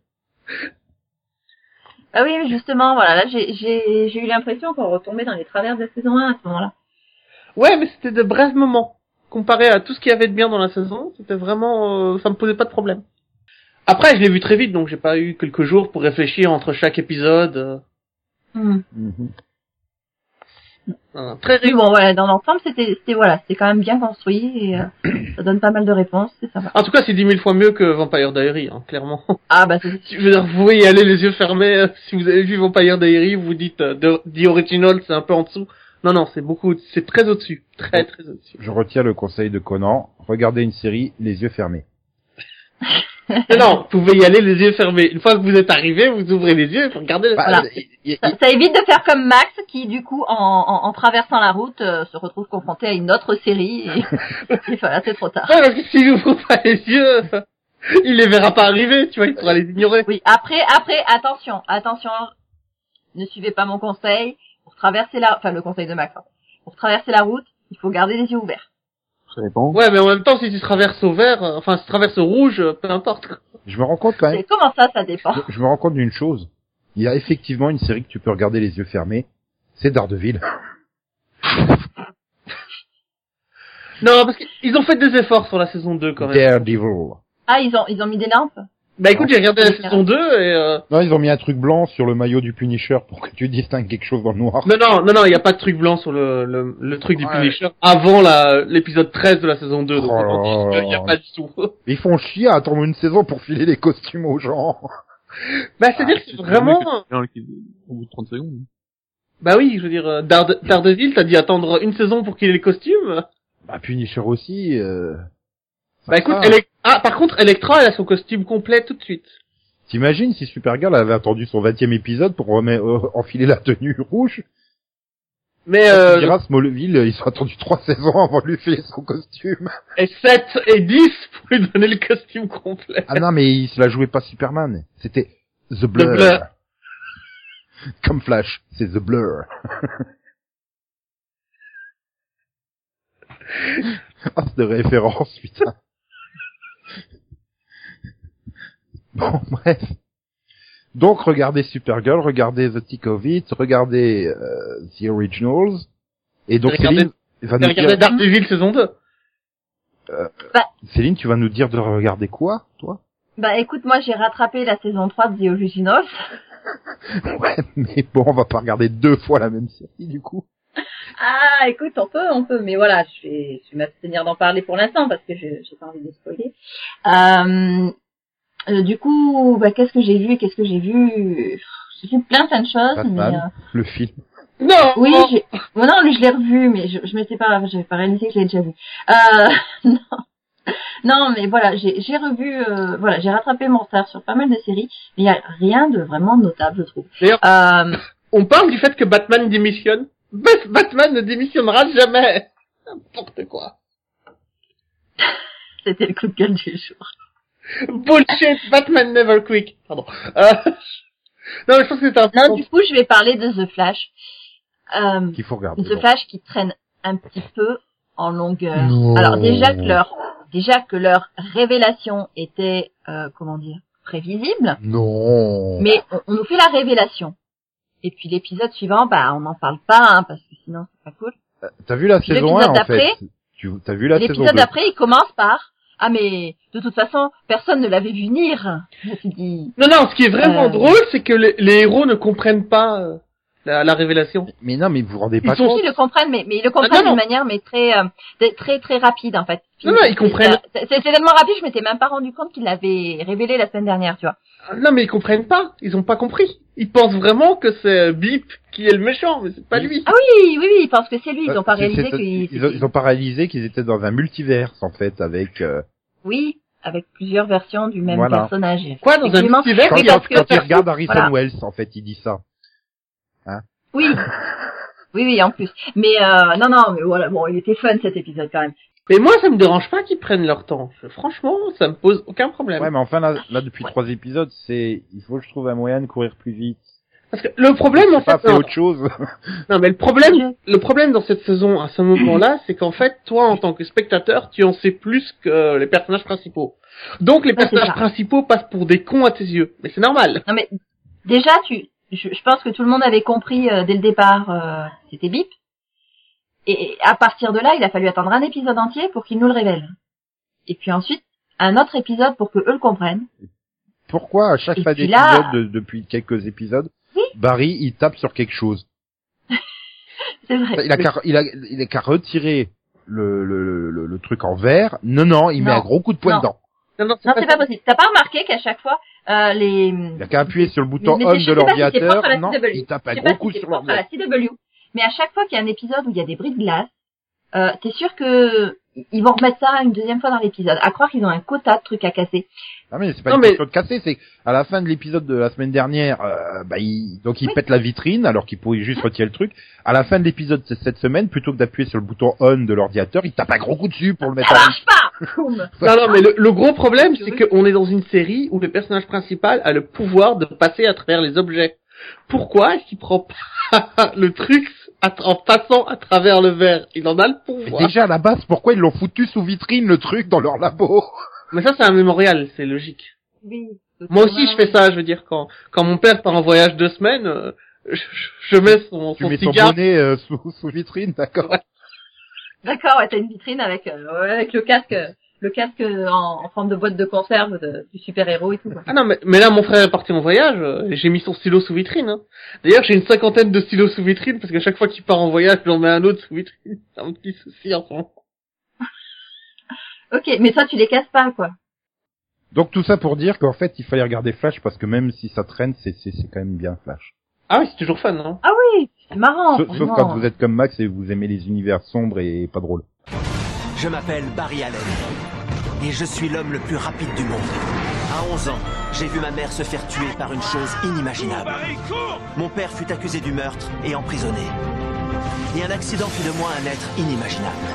[SPEAKER 4] Ah oui, mais justement, voilà, là, j'ai- j'ai j'ai eu l'impression qu'on retombait dans les travers de la saison 1 à ce moment-là. »
[SPEAKER 3] Ouais, mais c'était de brefs moments. Comparé à tout ce qu'il y avait de bien dans la saison, c'était vraiment... euh, ça me posait pas de problème. Après, je l'ai vu très vite, donc j'ai pas eu quelques jours pour réfléchir entre chaque épisode. euh,
[SPEAKER 4] Hmm.
[SPEAKER 1] Mhm.
[SPEAKER 3] euh, très
[SPEAKER 4] Mais
[SPEAKER 3] riche.
[SPEAKER 4] bon, voilà, dans l'ensemble, c'était c'était- voilà, c'était quand même bien construit et euh, ça donne pas mal de réponses, c'est sympa.
[SPEAKER 3] En tout cas, c'est dix mille fois mieux que Vampire Diary, hein, clairement.
[SPEAKER 4] Ah bah, c'est
[SPEAKER 3] Je veux dire, vous pouvez y aller les yeux fermés. euh, Si vous avez vu Vampire Diary, vous vous dites euh, The The Original, c'est un peu en dessous. Non, non, c'est beaucoup, c'est très au-dessus. Très, très au-dessus.
[SPEAKER 1] Je retiens le conseil de Conan. Regardez une série les yeux fermés.
[SPEAKER 3] Mais non, vous pouvez y aller les yeux fermés. Une fois que vous êtes arrivé, vous ouvrez les yeux et vous regardez la...
[SPEAKER 1] Bah,
[SPEAKER 4] Voilà.
[SPEAKER 1] il- il-
[SPEAKER 4] Ça, ça évite de faire comme Max qui, du coup, en, en, en traversant la route, euh, se retrouve confronté à une autre série et, et voilà, c'est trop tard.
[SPEAKER 3] Ouais, parce que s'il ouvre pas les yeux, il les verra pas arriver, tu vois, il pourra les ignorer.
[SPEAKER 4] Oui, après, après, attention, attention, ne suivez pas mon conseil. Pour traverser la, enfin le conseil de Max, hein. pour traverser la route, il faut garder les yeux ouverts.
[SPEAKER 2] Ça dépend.
[SPEAKER 3] Ouais, mais en même temps, si tu traverses au vert, euh, enfin, si tu traverses au rouge, euh, peu importe.
[SPEAKER 1] Je me rends compte quand même.
[SPEAKER 4] Et comment ça, ça dépend
[SPEAKER 1] Je me rends compte d'une chose. il y a effectivement une série que tu peux regarder les yeux fermés. C'est Daredevil.
[SPEAKER 3] Non, parce qu'ils ont fait des efforts sur la saison 2 quand même.
[SPEAKER 1] Daredevil.
[SPEAKER 4] Ah, ils ont, ils ont mis des lampes
[SPEAKER 3] Bah écoute, j'ai regardé la
[SPEAKER 4] Ouais.
[SPEAKER 3] saison 2 et... Euh...
[SPEAKER 1] Non, ils ont mis un truc blanc sur le maillot du Punisher pour que tu distingues quelque chose dans le noir.
[SPEAKER 3] Non, non, non, non, il n'y a pas de truc blanc sur le, le, le truc du
[SPEAKER 1] Ouais.
[SPEAKER 3] Punisher avant la- l'épisode 13 de la saison 2. Donc
[SPEAKER 1] Oh là
[SPEAKER 3] autant dire qu'il y a
[SPEAKER 1] là.
[SPEAKER 3] pas de sous.
[SPEAKER 1] Ils font chier à attendre une saison pour filer les costumes aux gens.
[SPEAKER 2] Ah,
[SPEAKER 3] bah
[SPEAKER 1] Ah,
[SPEAKER 3] c'est-à-dire que vraiment...
[SPEAKER 2] Non, au bout de 30 secondes.
[SPEAKER 3] Bah oui, je veux dire, euh, Darede- Daredevil, t'as dû attendre une saison pour qu'il ait les costumes.
[SPEAKER 1] Bah, Punisher aussi. euh, ça
[SPEAKER 3] Bah écoute,
[SPEAKER 1] va.
[SPEAKER 3] Elec- ah, par contre, Electra, elle a son costume complet tout de suite.
[SPEAKER 1] T'imagines si Supergirl avait attendu son 20e épisode pour remet- euh, enfiler la tenue rouge
[SPEAKER 3] Mais
[SPEAKER 1] Ah, Tu
[SPEAKER 3] euh,
[SPEAKER 1] diras, Smallville, euh, ils ont attendu trois saisons avant de lui filer son costume.
[SPEAKER 3] et 7 et 10 pour lui donner le costume complet.
[SPEAKER 1] Ah non, mais il se la jouait pas Superman. C'était The Blur.
[SPEAKER 3] Blur.
[SPEAKER 1] Comme Flash, c'est The Blur. ah, c'est de référence, putain. Bon, bref. Donc, regardez Supergirl, regardez The Tick of It, regardez euh, The Originals. Et donc,
[SPEAKER 3] Regardez-
[SPEAKER 1] Céline va
[SPEAKER 3] T'as
[SPEAKER 1] nous
[SPEAKER 3] regardé
[SPEAKER 1] dire...
[SPEAKER 3] Daredevil saison 2
[SPEAKER 1] Céline, tu vas nous dire de regarder quoi, toi
[SPEAKER 4] Bah écoute, moi j'ai rattrapé la saison 3 de The Originals.
[SPEAKER 1] Ouais, mais bon, on va pas regarder deux fois la même série, du coup.
[SPEAKER 4] Ah, écoute, on peut, on peut, mais voilà, je vais, je vais m'abstenir d'en parler pour l'instant parce que je j'ai pas envie de spoiler. Euh, euh, du coup, bah, qu'est-ce que j'ai vu, qu'est-ce que j'ai vu J'ai vu plein plein de choses,
[SPEAKER 1] Batman.
[SPEAKER 4] mais euh,
[SPEAKER 1] Le film.
[SPEAKER 3] Non
[SPEAKER 4] oui, j'ai- bon, non, lui, je l'ai revu, mais je, je m'étais pas, j'avais pas réalisé que je l'ai déjà vu. Euh, non. Non, mais voilà, j'ai j'ai revu, euh, voilà, j'ai rattrapé mon retard sur pas mal de séries, mais il y a rien de vraiment notable, je trouve.
[SPEAKER 3] D'ailleurs-
[SPEAKER 4] Euh,
[SPEAKER 3] On parle du fait que Batman démissionne. Bat- Batman ne démissionnera jamais N'importe quoi.
[SPEAKER 4] c'était le coup de gueule du jour.
[SPEAKER 3] Bullshit Batman never quick. Pardon. Euh, non, mais je pense que c'est un...
[SPEAKER 4] Non, Ah, du coup, je vais parler de The Flash. Euh,
[SPEAKER 1] Qu'il faut regarder.
[SPEAKER 4] The
[SPEAKER 1] donc.
[SPEAKER 4] Flash qui traîne un petit peu en longueur.
[SPEAKER 1] Non.
[SPEAKER 4] Alors déjà que leur, déjà que leur révélation était, euh, comment dire, prévisible,
[SPEAKER 1] Non.
[SPEAKER 4] mais on, on nous fait la révélation. Et puis l'épisode suivant, bah, on n'en parle pas, hein, parce que sinon c'est pas cool.
[SPEAKER 1] T'as vu la
[SPEAKER 4] Puis
[SPEAKER 1] saison 1,
[SPEAKER 4] l'épisode
[SPEAKER 1] en fait Tu T'as vu la saison 2
[SPEAKER 4] L'épisode d'après, il commence par, ah mais de toute façon, personne ne l'avait vu venir. Je me suis dit,
[SPEAKER 3] Non, non, ce qui est vraiment
[SPEAKER 4] Euh.
[SPEAKER 3] drôle, c'est que les, les héros ne comprennent pas euh, la, la révélation.
[SPEAKER 1] Mais non, mais vous vous rendez pas
[SPEAKER 3] Ils sont-
[SPEAKER 1] compte.
[SPEAKER 4] Oui, ils le comprennent, mais, mais ils le comprennent
[SPEAKER 3] Ah, non,
[SPEAKER 4] d'une manière mais très, euh, très- très très rapide en fait. euh,
[SPEAKER 3] Non, non, ils comprennent.
[SPEAKER 4] C'est c'est tellement rapide, je m'étais même pas rendu compte qu'ils l'avaient révélé la semaine dernière, tu vois.
[SPEAKER 3] Ah, Non, mais ils comprennent pas. Ils ont pas compris. Ils pensent vraiment que c'est euh, Bip qui est le méchant, mais c'est pas lui.
[SPEAKER 4] Ah oui, oui, oui, ils pensent que c'est lui, ils
[SPEAKER 1] Euh,
[SPEAKER 4] ont pas
[SPEAKER 1] c'est-
[SPEAKER 4] réalisé
[SPEAKER 1] c'est-
[SPEAKER 4] qu'ils...
[SPEAKER 1] ils ont- ils ont pas réalisé qu'ils étaient dans un multiverse, en fait, avec... euh,
[SPEAKER 4] Oui, avec plusieurs versions du même
[SPEAKER 1] Voilà.
[SPEAKER 4] personnage.
[SPEAKER 3] Quoi, dans un
[SPEAKER 4] Effectivement.
[SPEAKER 3] multivers
[SPEAKER 1] Quand,
[SPEAKER 4] Oui,
[SPEAKER 3] il y
[SPEAKER 1] quand,
[SPEAKER 3] a-
[SPEAKER 4] parce que-
[SPEAKER 1] quand il regarde Harrison
[SPEAKER 4] Voilà.
[SPEAKER 1] Wells, en fait, il dit ça.
[SPEAKER 4] Oui, oui, oui, en plus. Mais euh, non, non, mais voilà, bon, il était fun cet épisode quand même.
[SPEAKER 3] Mais moi, ça me dérange pas qu'ils prennent leur temps. Je- Franchement, ça me pose aucun problème.
[SPEAKER 1] Ouais, mais enfin, là, là depuis
[SPEAKER 4] Ouais.
[SPEAKER 1] trois épisodes, c'est... Il faut que je trouve un moyen de courir plus vite.
[SPEAKER 3] Parce que le problème, en
[SPEAKER 1] J'ai pas fait
[SPEAKER 3] fait,
[SPEAKER 4] euh,
[SPEAKER 3] non,
[SPEAKER 1] autre chose.
[SPEAKER 3] non, mais le problème, le problème dans cette saison, à ce moment-là, c'est qu'en fait, toi, en tant que spectateur, tu en sais plus que les personnages principaux. Donc, les
[SPEAKER 4] Ah, c'est
[SPEAKER 3] personnages
[SPEAKER 4] ça.
[SPEAKER 3] principaux passent pour des cons à tes yeux. Mais c'est normal.
[SPEAKER 4] Non mais déjà, tu, je, je pense que tout le monde avait compris euh, dès le départ, euh, c'était Bip. Et et à partir de là, il a fallu attendre un épisode entier pour qu'il nous le révèle. Et puis ensuite, un autre épisode pour que eux le comprennent.
[SPEAKER 1] pourquoi à chaque
[SPEAKER 4] Et
[SPEAKER 1] fin
[SPEAKER 4] puis
[SPEAKER 1] d'épisode,
[SPEAKER 4] là-
[SPEAKER 1] de- depuis quelques épisodes,
[SPEAKER 4] Oui.
[SPEAKER 1] Barry il tape sur quelque chose.
[SPEAKER 4] C'est vrai.
[SPEAKER 1] Il a qu'à il a, il a qu'à retirer le, le, le, le truc en verre. Non non, il met
[SPEAKER 4] Non.
[SPEAKER 1] un gros coup de poing
[SPEAKER 4] Non.
[SPEAKER 1] dedans.
[SPEAKER 3] Non, non,
[SPEAKER 4] Non, c'est pas possible. T'as pas remarqué qu'à chaque fois, euh, les...
[SPEAKER 1] Il a qu'à appuyer sur le bouton
[SPEAKER 4] mais c'est-
[SPEAKER 1] on
[SPEAKER 4] je
[SPEAKER 1] de
[SPEAKER 4] sais pas si c'est
[SPEAKER 1] l'ordinateur.
[SPEAKER 4] propre à la
[SPEAKER 1] Non,
[SPEAKER 4] CW.
[SPEAKER 1] il tape
[SPEAKER 4] Je
[SPEAKER 1] un
[SPEAKER 4] sais
[SPEAKER 1] gros
[SPEAKER 4] pas
[SPEAKER 1] coup
[SPEAKER 4] si c'est
[SPEAKER 1] sur
[SPEAKER 4] propre à la
[SPEAKER 1] l'ordinateur.
[SPEAKER 4] CW, mais à chaque fois qu'il y a un épisode où il y a des bris de glace, euh, t'es sûr que ils vont remettre ça une deuxième fois dans l'épisode. À croire qu'ils ont un quota de trucs à casser.
[SPEAKER 1] Non mais c'est pas
[SPEAKER 3] Non,
[SPEAKER 1] une
[SPEAKER 3] mais-
[SPEAKER 1] question de casser, c'est à la fin de l'épisode de la semaine dernière, euh, bah, il, donc il
[SPEAKER 4] Oui.
[SPEAKER 1] pète la vitrine alors qu'il pourrait juste retirer le truc. À la fin de l'épisode de cette semaine, plutôt que d'appuyer sur le bouton on de l'ordinateur, il tape un gros coup dessus pour le mettre.
[SPEAKER 4] Ça
[SPEAKER 1] à
[SPEAKER 4] marche pas. Boum.
[SPEAKER 3] Non, non, mais le, le gros problème, c'est qu'on est dans une série où le personnage principal a le pouvoir de passer à travers les objets. Pourquoi est-ce qu'il prend pas le truc à tra- en passant à travers le verre Il en a le
[SPEAKER 1] Mais
[SPEAKER 3] pouvoir.
[SPEAKER 1] déjà à la base, pourquoi ils l'ont foutu sous vitrine le truc dans leur labo
[SPEAKER 3] Mais ça, c'est un mémorial, c'est logique.
[SPEAKER 4] Oui.
[SPEAKER 3] Moi aussi, je fais ça, je veux dire, quand, quand mon père part en voyage deux semaines, euh, je, je mets son,
[SPEAKER 1] Tu
[SPEAKER 3] son
[SPEAKER 1] mets ton
[SPEAKER 3] cigare.
[SPEAKER 1] bonnet euh, sous, sous vitrine, d'accord
[SPEAKER 4] D'accord, ouais, t'as une vitrine avec, euh, ouais, avec le casque, le casque en, en forme de boîte de conserve de- du super héros et tout. quoi.
[SPEAKER 3] Ah non, mais, mais là, mon frère est parti en voyage, euh, et j'ai mis son stylo sous vitrine. hein. D'ailleurs, j'ai une cinquantaine de stylos sous vitrine, parce qu'à chaque fois qu'il part en voyage, j'en mets un autre sous vitrine. C'est un petit souci en ce moment.
[SPEAKER 4] Ok, mais ça tu les casses pas quoi.
[SPEAKER 1] Donc tout ça pour dire qu'en fait, il fallait regarder Flash parce que même si ça traîne, c'est c'est c'est quand même bien Flash.
[SPEAKER 3] Ah oui, c'est toujours fun, non
[SPEAKER 4] Ah oui, c'est
[SPEAKER 6] Oh,
[SPEAKER 4] marrant.
[SPEAKER 1] Sauf, sauf
[SPEAKER 4] vraiment.
[SPEAKER 1] quand vous êtes comme Max et vous aimez les univers sombres et pas drôles.
[SPEAKER 7] Je m'appelle Barry Allen et je suis l'homme le plus rapide du monde. À 11 ans, j'ai vu ma mère se faire tuer par une chose inimaginable. Mon père fut accusé du meurtre et emprisonné. Et un accident fit de moi un être inimaginable.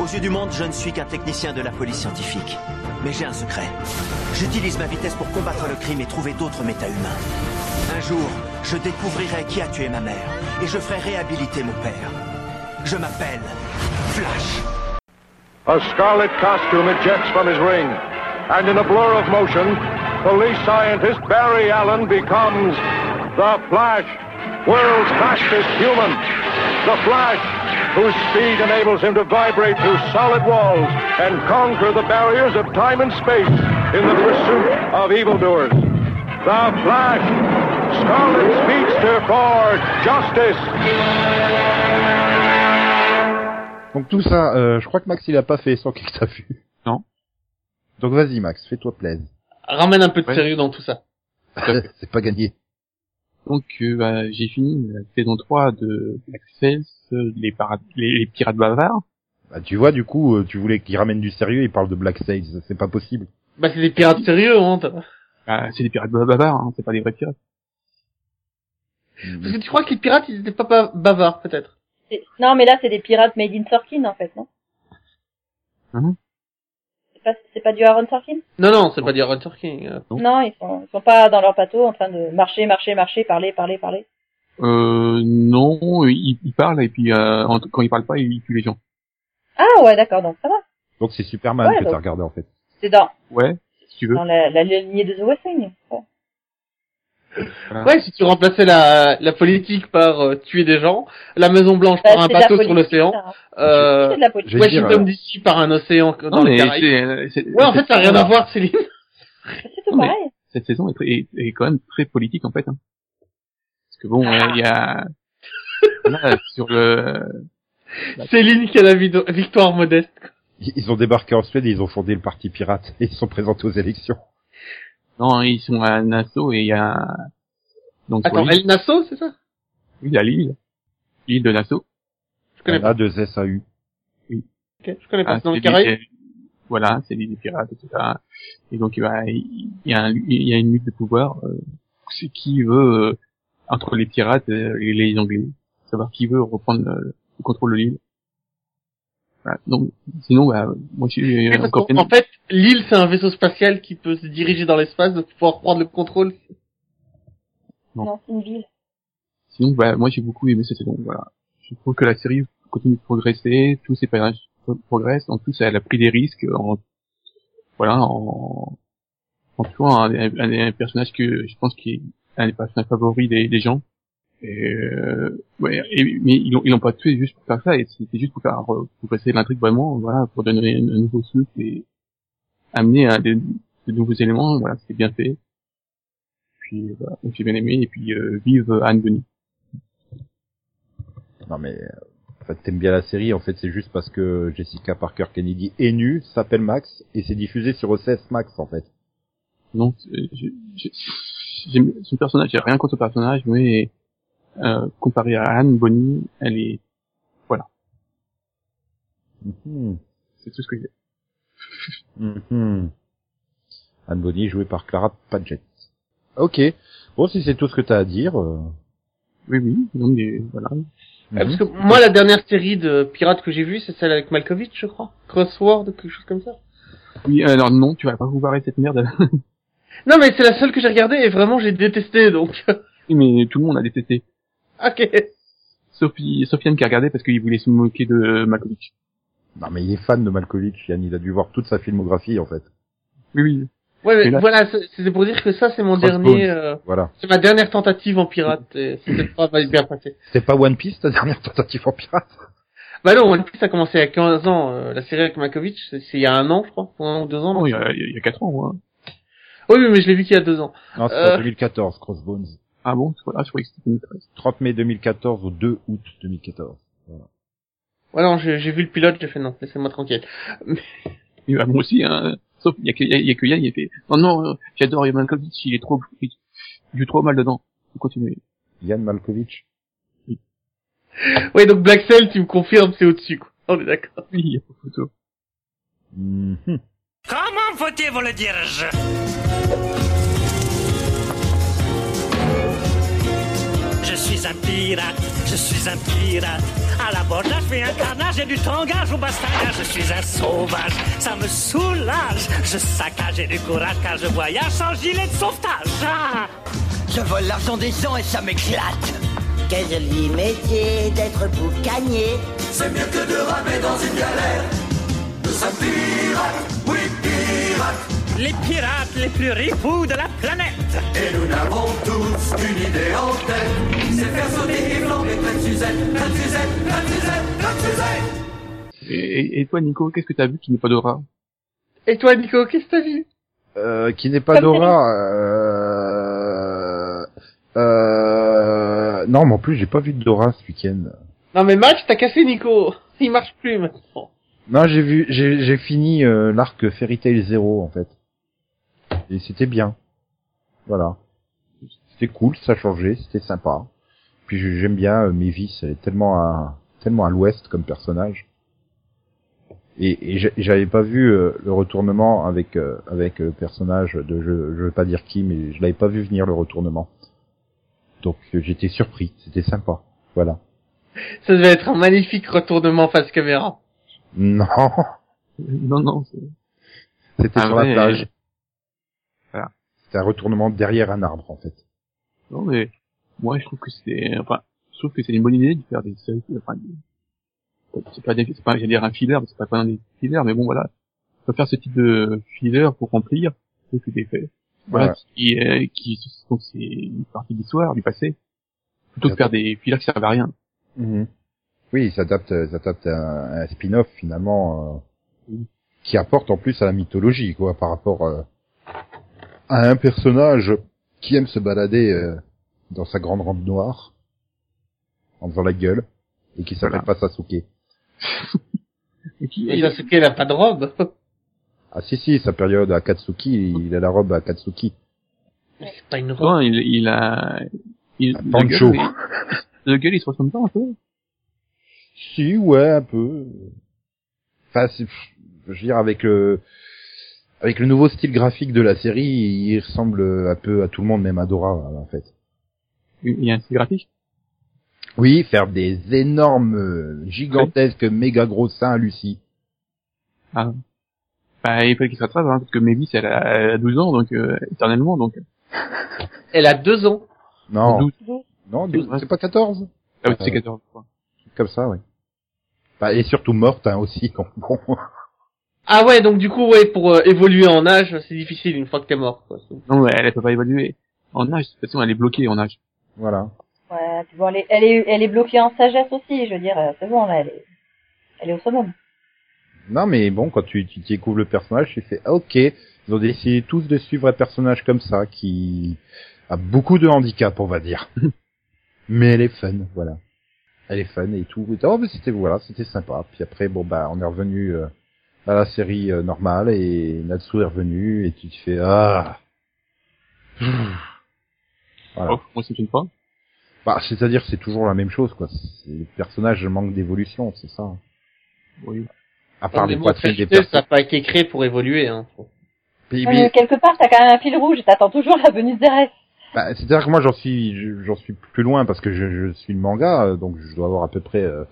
[SPEAKER 7] Aux yeux du monde, je ne suis qu'un technicien de la police scientifique. Mais j'ai un secret. J'utilise ma vitesse pour combattre le crime et trouver d'autres méta-humains. Un jour, je découvrirai qui a tué ma mère et je ferai réhabiliter mon père. Je m'appelle Flash.
[SPEAKER 8] A scarlet costume ejects from his ring, and in a blur of motion, police scientist Barry Allen becomes the Flash, world's fastest human. The Flash, whose speed enables him to vibrate through solid walls and conquer the barriers of time and space in the pursuit of evildoers. The Flash, scarlet speedster for justice.
[SPEAKER 1] Donc tout ça, euh, je crois que Max il a pas fait sans qu'il t'a vu.
[SPEAKER 2] Non.
[SPEAKER 1] Donc vas-y Max, fais-toi plaisir.
[SPEAKER 3] Ramène un peu de
[SPEAKER 2] Ouais.
[SPEAKER 3] sérieux dans tout ça.
[SPEAKER 1] c'est pas gagné.
[SPEAKER 2] Donc euh, bah, j'ai fini la saison 3 de Access, euh, les, para- les, les pirates bavards.
[SPEAKER 1] Bah, tu vois, du coup, euh, tu voulais qu'il ramène du sérieux, il parle de Black Sails, c'est pas possible.
[SPEAKER 3] Bah, c'est des pirates sérieux, hein. t'as-
[SPEAKER 2] Ah, c'est des pirates bavards, hein, c'est pas des vrais pirates.
[SPEAKER 3] Parce que tu crois que les pirates, ils étaient pas ba- bavards, peut-être.
[SPEAKER 6] C'est- Non, mais là, c'est des pirates made in Sorkin, en fait, non
[SPEAKER 2] Mhm.
[SPEAKER 6] C'est pas, c'est pas du Aaron Sorkin
[SPEAKER 3] Non, non, c'est pas dire Aaron Sorkin. euh.
[SPEAKER 2] Non.
[SPEAKER 6] Non, ils sont, ils sont pas dans leur bateau en train de marcher, marcher, marcher, parler, parler, parler.
[SPEAKER 2] Euh, non, ils, ils parlent et puis euh, en- quand ils parlent pas, ils tuent les gens.
[SPEAKER 6] Ah ouais, d'accord, donc ça va.
[SPEAKER 1] Donc c'est Superman
[SPEAKER 6] Ouais,
[SPEAKER 1] que
[SPEAKER 6] donc.
[SPEAKER 1] t'as regardé en fait.
[SPEAKER 6] C'est dans,
[SPEAKER 2] Ouais, si tu veux.
[SPEAKER 3] Ah,
[SPEAKER 6] dans la, la lignée de The West Wing. Ouais.
[SPEAKER 3] Ouais, si tu remplaçais la, la politique par euh, tuer des gens, la Maison Blanche
[SPEAKER 6] Bah,
[SPEAKER 3] par un
[SPEAKER 6] c'est de la
[SPEAKER 3] bateau sur
[SPEAKER 6] politique,
[SPEAKER 3] l'océan,
[SPEAKER 6] ça, hein.
[SPEAKER 3] euh,
[SPEAKER 6] C'est de la politique.
[SPEAKER 1] J'allais dire,
[SPEAKER 3] Washington DC par un océan que- dans
[SPEAKER 2] Non,
[SPEAKER 3] les
[SPEAKER 2] mais
[SPEAKER 3] Caraïbes.
[SPEAKER 2] c'est, euh, c'est-
[SPEAKER 3] Ouais, en fait, ça n'a rien à voir, Céline.
[SPEAKER 6] C'est tout
[SPEAKER 2] non, mais-
[SPEAKER 6] pareil.
[SPEAKER 2] cette saison est, très- est, est quand même très politique en fait. Hein. Parce que bon, euh, il y a là, sur le
[SPEAKER 3] Céline qui a la vido- victoire modeste.
[SPEAKER 1] Ils ils ont débarqué en Suède et ils ont fondé le parti pirate et ils se sont présentés aux élections.
[SPEAKER 2] non, ils sont à Nassau et il y a donc sur
[SPEAKER 3] Attends,
[SPEAKER 2] l'île-
[SPEAKER 3] El Nassau, c'est ça
[SPEAKER 2] oui, il y a l'île, l'île de Nassau.
[SPEAKER 3] Je connais pas.
[SPEAKER 1] a deux SAU.
[SPEAKER 3] Ok, je connais pas.
[SPEAKER 2] Ah,
[SPEAKER 3] c'est dans
[SPEAKER 2] c'est
[SPEAKER 3] le
[SPEAKER 2] l'île
[SPEAKER 3] Caraïbe.
[SPEAKER 2] des- voilà, c'est l'île des pirates, etc. Et donc il y a, il y a, un- il y a une lutte de pouvoir. euh, c'est qui veut euh, entre les pirates euh, et les Anglais, savoir qui veut reprendre euh, le contrôle de l'île. Voilà. Donc sinon, bah, moi je suis
[SPEAKER 3] Ouais, parce
[SPEAKER 2] encore
[SPEAKER 3] qu'en- En fait, l'île, c'est un vaisseau spatial qui peut se diriger dans l'espace, donc pouvoir prendre le contrôle.
[SPEAKER 2] non.
[SPEAKER 6] Non, c'est une ville.
[SPEAKER 2] Sinon, bah, moi j'ai beaucoup aimé cette saison. Voilà. Je trouve que la série continue de progresser, tous ses personnages pro- progressent. En plus, elle a pris des risques euh, en, voilà, en, en tuant un, des- un des personnages que je pense qui est un des personnages favoris des, des gens. Et, euh, ouais, et- mais ils l'ont, ils l'ont pas tué juste pour faire ça, et c'était juste pour faire euh, progresser l'intrigue vraiment, voilà, pour donner un, un nouveau souffle et amener à des, de nouveaux éléments. Voilà, c'était bien fait. Puis, euh, voilà, donc j'ai bien aimé. Et puis, euh, vive Anne Bonny.
[SPEAKER 1] Non mais, euh, en fait, t'aimes bien la série, en fait c'est juste parce que Jessica Parker Kennedy est nue, s'appelle Max et c'est diffusé sur OCS Max en fait.
[SPEAKER 2] Non, c'est- euh, je- je- j'aime son personnage, j'ai rien contre son personnage, mais euh, comparé à Anne Bonny, elle est,
[SPEAKER 1] Mhm.
[SPEAKER 2] c'est tout ce que j'ai.
[SPEAKER 1] Mhm. Anne Bonny jouée par Clara Padgett. Ok. Bon, si c'est tout ce que t'as à dire. euh,
[SPEAKER 2] Oui, oui, non, mais voilà.
[SPEAKER 1] Mm-hmm.
[SPEAKER 2] Mhm.
[SPEAKER 3] Euh, Parce que moi, la dernière série de pirates que j'ai vue, c'est celle avec Malkovich, je crois. Crossword, quelque chose comme ça.
[SPEAKER 2] Oui, alors non, tu vas pas vous barrer cette merde.
[SPEAKER 3] Non, mais c'est la seule que j'ai regardée et vraiment, j'ai détesté, donc.
[SPEAKER 2] Oui, mais tout le monde a détesté.
[SPEAKER 3] ok.
[SPEAKER 2] Sophie, Sofiane qui a regardé parce qu'il voulait se moquer de euh, Malkovich.
[SPEAKER 1] Non mais il est fan de Malkovich, Yann, il a dû voir toute sa filmographie en fait.
[SPEAKER 2] Oui, oui.
[SPEAKER 3] Ouais, mais
[SPEAKER 2] Mais là-
[SPEAKER 3] voilà, c'est c'est pour dire que ça, c'est mon
[SPEAKER 1] Crossbones.
[SPEAKER 3] dernier, euh,
[SPEAKER 1] Voilà.
[SPEAKER 3] c'est ma dernière tentative en pirate, et c'était pas bien passé.
[SPEAKER 1] C'est pas One Piece ta dernière tentative en pirate
[SPEAKER 3] Bah non, One Piece a commencé il y a 15 ans, euh, la série avec Makovic, c'est c'est il y a un an, je crois, ou un ou deux ans.
[SPEAKER 2] Non,
[SPEAKER 3] non
[SPEAKER 2] il y a, il y a 4 ans, hein. moi.
[SPEAKER 3] Oui, oui, mais je l'ai vu qu'il y a deux ans.
[SPEAKER 1] Non, c'est
[SPEAKER 3] Euh.
[SPEAKER 1] en 2014, Crossbones.
[SPEAKER 2] Ah bon, voilà, je croyais que c'était 2013.
[SPEAKER 1] 30 mai 2014 au 2 août 2014.
[SPEAKER 3] Ouais, non, j'ai j'ai vu le pilote, j'ai fait non, laissez-moi tranquille.
[SPEAKER 2] Et bah, moi aussi, hein. Sauf, il y a que, il y a- il y a que Yann, il fait, non, non, euh, j'adore Yann Malkovich, il est trop, il il joue trop mal dedans. Faut continuer.
[SPEAKER 1] Yann Malkovich.
[SPEAKER 3] Oui, donc Black Cell, tu me confirmes, c'est au-dessus, quoi. On est d'accord.
[SPEAKER 2] Oui, il y a pas photo.
[SPEAKER 1] Mhm.
[SPEAKER 7] Comment faut-il le dire je Je suis un pirate, je suis un pirate. À l'abordage, je fais un carnage et du tangage au bastingage. Je suis un sauvage, ça me soulage. Je saccage et du courage car je voyage sans gilet de sauvetage.
[SPEAKER 9] Je vole l'argent des gens et ça m'éclate. Quel joli métier d'être boucanier.
[SPEAKER 7] Les pirates les plus ripoux de la planète.
[SPEAKER 2] Et, et, et toi, Nico, qu'est-ce que t'as vu qui n'est pas Dora?
[SPEAKER 3] Et toi, Nico, qu'est-ce que t'as vu
[SPEAKER 1] Euh, qui n'est pas Dora. Euh... Euh... Non, mais en plus, j'ai pas vu de Dora ce week-end.
[SPEAKER 3] Non, mais Max, t'as cassé Nico. Il marche plus, maintenant.
[SPEAKER 1] Non, j'ai vu, j'ai j'ai fini euh, l'arc Fairy Tail Zero en fait. Et c'était bien. Voilà. C'était cool, ça changeait, c'était sympa. Puis je- j'aime bien euh, Mavis, elle est tellement à tellement à l'ouest comme personnage. Et, et j'a- j'avais pas vu euh, le retournement avec euh, avec le personnage de je je veux pas dire qui, mais je l'avais pas vu venir le retournement. Donc euh, j'étais surpris, c'était sympa. Voilà.
[SPEAKER 3] Ça devait être un magnifique retournement face caméra.
[SPEAKER 1] Non,
[SPEAKER 2] Non, non, c'est...
[SPEAKER 1] c'était
[SPEAKER 2] Ah
[SPEAKER 1] sur
[SPEAKER 2] ouais,
[SPEAKER 1] la plage.
[SPEAKER 2] Voilà.
[SPEAKER 1] C'est un retournement derrière un arbre, en fait.
[SPEAKER 2] Non, mais moi je trouve que c'est, enfin, je trouve que c'est une bonne idée de faire des séries, enfin, des- c'est pas des, c'est pas, j'allais dire un filler, mais c'est pas vraiment des fillers, mais bon voilà, on peut faire ce type de filler pour remplir ce que des faits,
[SPEAKER 1] Ouais.
[SPEAKER 2] voilà, qui, euh, qui donc c'est une partie de l'histoire, du passé, plutôt que de faire des fillers qui servent à rien. Mm-hmm.
[SPEAKER 1] Oui, ils s'adaptent, euh, ils s'adaptent à un, un spin-off, finalement, euh, qui apporte en plus à la mythologie, quoi, par rapport euh, à un personnage qui aime se balader euh, dans sa grande rampe noire, en faisant la gueule, et qui s'appelle pas Sasuke.
[SPEAKER 2] Et qui,
[SPEAKER 3] Il a ce qu'elle a pas de robe.
[SPEAKER 1] Ah si, si, sa période à Katsuki, il a la robe à Katsuki.
[SPEAKER 3] Mais C'est pas une robe.
[SPEAKER 2] souvent, il, il a, il,
[SPEAKER 1] Un
[SPEAKER 2] le
[SPEAKER 1] pancho.
[SPEAKER 2] gueule, il- le gueule, il se ressemble pas un peu.
[SPEAKER 1] Si, ouais, un peu. Enfin, c'est- pff, je veux dire, avec le, avec le nouveau style graphique de la série, il ressemble un peu à tout le monde, même à Dora, en fait.
[SPEAKER 2] Il y a un style graphique.
[SPEAKER 1] Oui, faire des énormes, euh, gigantesques, méga gros seins à Lucie.
[SPEAKER 2] Bah, il fallait qu'il se rattrape, hein, parce que Mavis, elle a elle a 12 ans, donc, euh, éternellement, donc,
[SPEAKER 3] Elle a deux ans.
[SPEAKER 1] Non,
[SPEAKER 2] 12,
[SPEAKER 1] non, douze, c'est pas 14
[SPEAKER 2] ah oui, c'est
[SPEAKER 1] Euh,
[SPEAKER 2] 14, quoi.
[SPEAKER 1] Comme ça, oui. Bah, et surtout morte hein, aussi. Bon, bon.
[SPEAKER 3] Ah ouais, donc du coup, ouais, pour euh, évoluer en âge, c'est difficile une fois que t'es mort. Quoi.
[SPEAKER 2] Non, mais elle, elle peut pas évaluer. En âge, de toute façon, elle est bloquée en âge.
[SPEAKER 1] voilà.
[SPEAKER 6] Ouais, puis bon, elle est, elle est, elle est bloquée en sagesse aussi, je veux dire, euh, c'est bon, là, elle est, elle est au summum.
[SPEAKER 1] Non, mais bon, quand tu, tu découvres le personnage, tu fais ah, ok. Ils ont décidé tous de suivre un personnage comme ça qui a beaucoup de handicap, on va dire. mais elle est fun, voilà. Elle est fun et tout. Et, oh, mais c'était voilà, c'était sympa. Puis après, bon bah, on est revenu euh, à la série euh, normale et Natsu est revenu et tu te fais ah. Voilà.
[SPEAKER 2] Oh, on s'imagine pas.
[SPEAKER 1] Bah, c'est-à-dire c'est toujours la même chose quoi. C'est- Les personnages manquent d'évolution, c'est ça. hein.
[SPEAKER 2] Oui.
[SPEAKER 1] À part les
[SPEAKER 3] Moi,
[SPEAKER 1] poitrines des
[SPEAKER 3] Fairy Tail, ça
[SPEAKER 1] personnages.
[SPEAKER 3] n'a pas été créé pour évoluer. Hein.
[SPEAKER 1] Puis-
[SPEAKER 6] Non,
[SPEAKER 1] puis-
[SPEAKER 6] mais Euh, quelque part, t'as quand même un fil rouge, t'attends toujours la venue d'Eres.
[SPEAKER 1] Bah, C'est-à-dire que moi j'en suis je- j'en suis plus loin parce que je, je suis le manga euh, donc je dois avoir à peu près euh,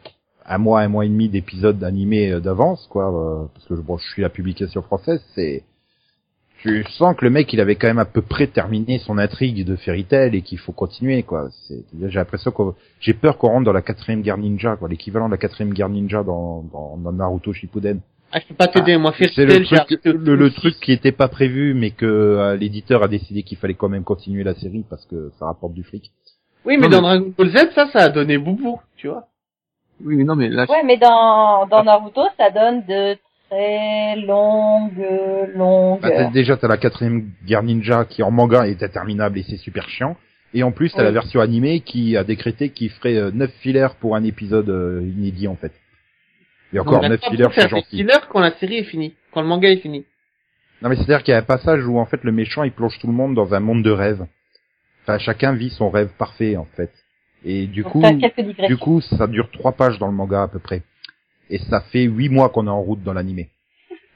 [SPEAKER 1] un mois un mois et demi d'épisodes animés euh, d'avance quoi euh, parce que bon, je suis la publication française c'est tu sens que le mec il avait quand même à peu près terminé son intrigue de Fairy Tail et qu'il faut continuer quoi c'est c'est-à-dire, j'ai l'impression que j'ai peur qu'on rentre dans la quatrième guerre ninja quoi l'équivalent de la quatrième guerre ninja dans, dans, dans Naruto Shippuden
[SPEAKER 3] Ah, je peux pas t'aider, moi, Fairy
[SPEAKER 1] C'est
[SPEAKER 3] Tail,
[SPEAKER 1] le
[SPEAKER 3] j'ai
[SPEAKER 1] truc,
[SPEAKER 3] arrêté au
[SPEAKER 1] le, le
[SPEAKER 3] tome
[SPEAKER 1] truc qui était pas prévu, mais que euh, l'éditeur a décidé qu'il fallait quand même continuer la série parce que ça rapporte du fric.
[SPEAKER 3] Oui, mais
[SPEAKER 2] Non,
[SPEAKER 3] dans Dragon Ball Z, ça, ça a donné boubou, tu vois.
[SPEAKER 2] Oui, mais non, mais là,
[SPEAKER 6] Ouais, mais dans,
[SPEAKER 1] Ah.
[SPEAKER 6] dans Naruto, ça donne de très longues, longues.
[SPEAKER 1] Bah, t'as- déjà, t'as la quatrième guerre ninja qui en manga est interminable et c'est super chiant. Et en plus, t'as la
[SPEAKER 3] Oui.
[SPEAKER 1] version animée qui a décrété qu'il ferait euh, neuf filaires pour un épisode euh, inédit en fait. Et encore
[SPEAKER 3] On a
[SPEAKER 1] neuf
[SPEAKER 3] pas
[SPEAKER 1] filaires,
[SPEAKER 3] pu
[SPEAKER 1] c'est
[SPEAKER 3] faire des
[SPEAKER 1] gentil.
[SPEAKER 3] fillers quand la série est finie, quand le manga est fini.
[SPEAKER 1] Non mais c'est-à-dire qu'il y a un passage où en fait le méchant il plonge tout le monde dans un monde de rêve. Enfin chacun vit son rêve parfait en fait. Et du
[SPEAKER 6] pour
[SPEAKER 1] coup,
[SPEAKER 6] faire quelques digressions.
[SPEAKER 1] du coup ça dure trois pages dans le manga à peu près. Et ça fait huit mois qu'on est en route dans l'animé.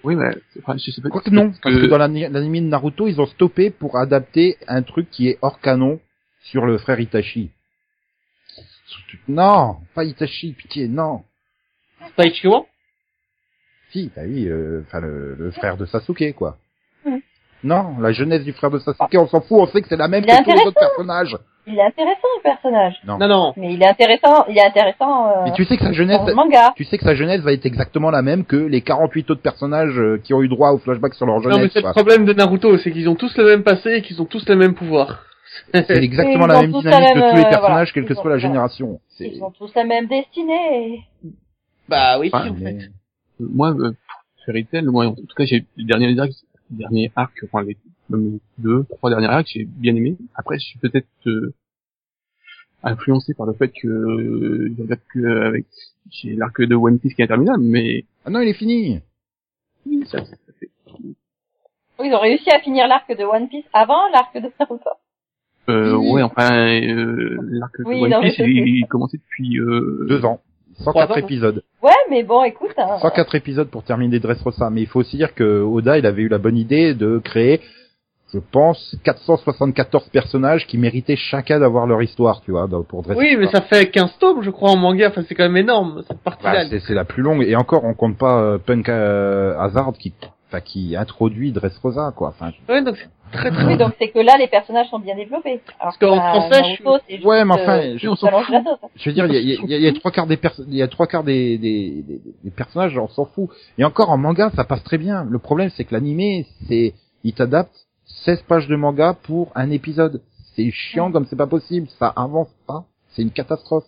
[SPEAKER 2] oui, mais enfin, je sais pas.
[SPEAKER 1] Quoique non,
[SPEAKER 2] parce
[SPEAKER 1] parce que
[SPEAKER 2] que-
[SPEAKER 1] dans l'ani- l'animé de Naruto ils ont stoppé pour adapter un truc qui est hors canon sur le frère Itachi. Non, pas Itachi, pitié, non.
[SPEAKER 3] C'est pas Ichiwan
[SPEAKER 1] Si, bah oui, euh, enfin le, le frère de Sasuke, quoi.
[SPEAKER 6] Mm.
[SPEAKER 1] Non, la jeunesse du frère de Sasuke, on s'en fout, on sait que c'est la même
[SPEAKER 6] Il est
[SPEAKER 1] que tous les autres personnages.
[SPEAKER 6] Il est intéressant, le personnage.
[SPEAKER 1] Non.
[SPEAKER 3] Non, non.
[SPEAKER 6] Mais il est intéressant, il est intéressant, euh,
[SPEAKER 1] Mais tu sais que sa jeunesse,
[SPEAKER 6] dans le manga.
[SPEAKER 1] tu sais que sa jeunesse va être exactement la même que les 48 autres personnages euh, qui ont eu droit au flashback sur leur
[SPEAKER 3] Non, mais
[SPEAKER 1] jeunesse.
[SPEAKER 3] c'est le
[SPEAKER 1] quoi.
[SPEAKER 3] problème de Naruto, c'est qu'ils ont tous le même passé et qu'ils ont tous les mêmes pouvoirs.
[SPEAKER 1] C'est exactement
[SPEAKER 6] Ils
[SPEAKER 1] la
[SPEAKER 6] ont
[SPEAKER 1] même
[SPEAKER 6] tous
[SPEAKER 1] dynamique
[SPEAKER 6] la
[SPEAKER 1] que
[SPEAKER 6] même,
[SPEAKER 1] tous les
[SPEAKER 6] euh,
[SPEAKER 1] personnages,
[SPEAKER 6] voilà.
[SPEAKER 1] quelle que
[SPEAKER 6] Ils ont-
[SPEAKER 1] soit la
[SPEAKER 6] voilà.
[SPEAKER 1] génération. C'est-
[SPEAKER 6] Ils ont tous la même destinée.
[SPEAKER 3] Bah oui,
[SPEAKER 2] Ouais,
[SPEAKER 3] en
[SPEAKER 1] Ah, mais-
[SPEAKER 3] fait.
[SPEAKER 2] moi, euh, Fairy Tail, moi, en tout cas, j'ai les derniers arcs, les derniers arcs, enfin les même les deux, trois derniers arcs, j'ai bien aimé. Après, je suis peut-être euh, influencé par le fait que euh, il y a l'arc, euh, avec j'ai l'arc de One Piece qui est interminable, mais
[SPEAKER 1] Ah non, il est fini.
[SPEAKER 2] oui, ça, ça fait.
[SPEAKER 6] Et Ils ont réussi à finir l'arc de One Piece avant l'arc de Naruto.
[SPEAKER 2] Euh,
[SPEAKER 1] Oui.
[SPEAKER 2] ouais, enfin, euh, l'arc de
[SPEAKER 6] Mhm. Oui,
[SPEAKER 2] One
[SPEAKER 6] non, mais
[SPEAKER 2] Piece,
[SPEAKER 6] je sais.
[SPEAKER 2] il, il commençait depuis euh,
[SPEAKER 1] Deux ans.
[SPEAKER 3] Trois
[SPEAKER 1] 104
[SPEAKER 3] ans. Ah,
[SPEAKER 1] épisodes.
[SPEAKER 6] Ouais, mais bon, écoute. hein,
[SPEAKER 1] 104 épisodes pour terminer Dressrosa. Mais il faut aussi dire que Oda, il avait eu la bonne idée de créer, je pense, 474 personnages qui méritaient chacun d'avoir leur histoire, tu vois, dans- pour Dressrosa.
[SPEAKER 3] Oui, mais ça fait 15 tomes, je crois, en manga. Enfin, c'est quand même énorme, cette
[SPEAKER 1] Bah,
[SPEAKER 3] partie-là.
[SPEAKER 1] c'est c'est la plus longue et encore on compte pas euh, Punk euh, Hazard qui enfin qui introduit Dressrosa quoi. Enfin je-
[SPEAKER 3] ouais, donc c'est très très...
[SPEAKER 6] Oui, donc c'est que là, les personnages sont bien développés. Alors
[SPEAKER 3] Parce qu'en
[SPEAKER 6] bah,
[SPEAKER 3] français,
[SPEAKER 6] Naruto, c'est juste,
[SPEAKER 1] Ouais, mais
[SPEAKER 6] euh, hein.
[SPEAKER 1] enfin, je-
[SPEAKER 6] tu
[SPEAKER 2] on s'en
[SPEAKER 6] allonges
[SPEAKER 2] fout.
[SPEAKER 6] la sauce.
[SPEAKER 1] je veux dire il y a, il y a- il y a- il y a trois quarts des perso- il y a trois quarts des des, des, des personnages on s'en fout. Et encore en manga ça passe très bien. Le problème c'est que l'animé c'est il t'adapte 16 pages de manga pour un épisode. C'est chiant comme c'est pas possible, ça avance pas, c'est une catastrophe.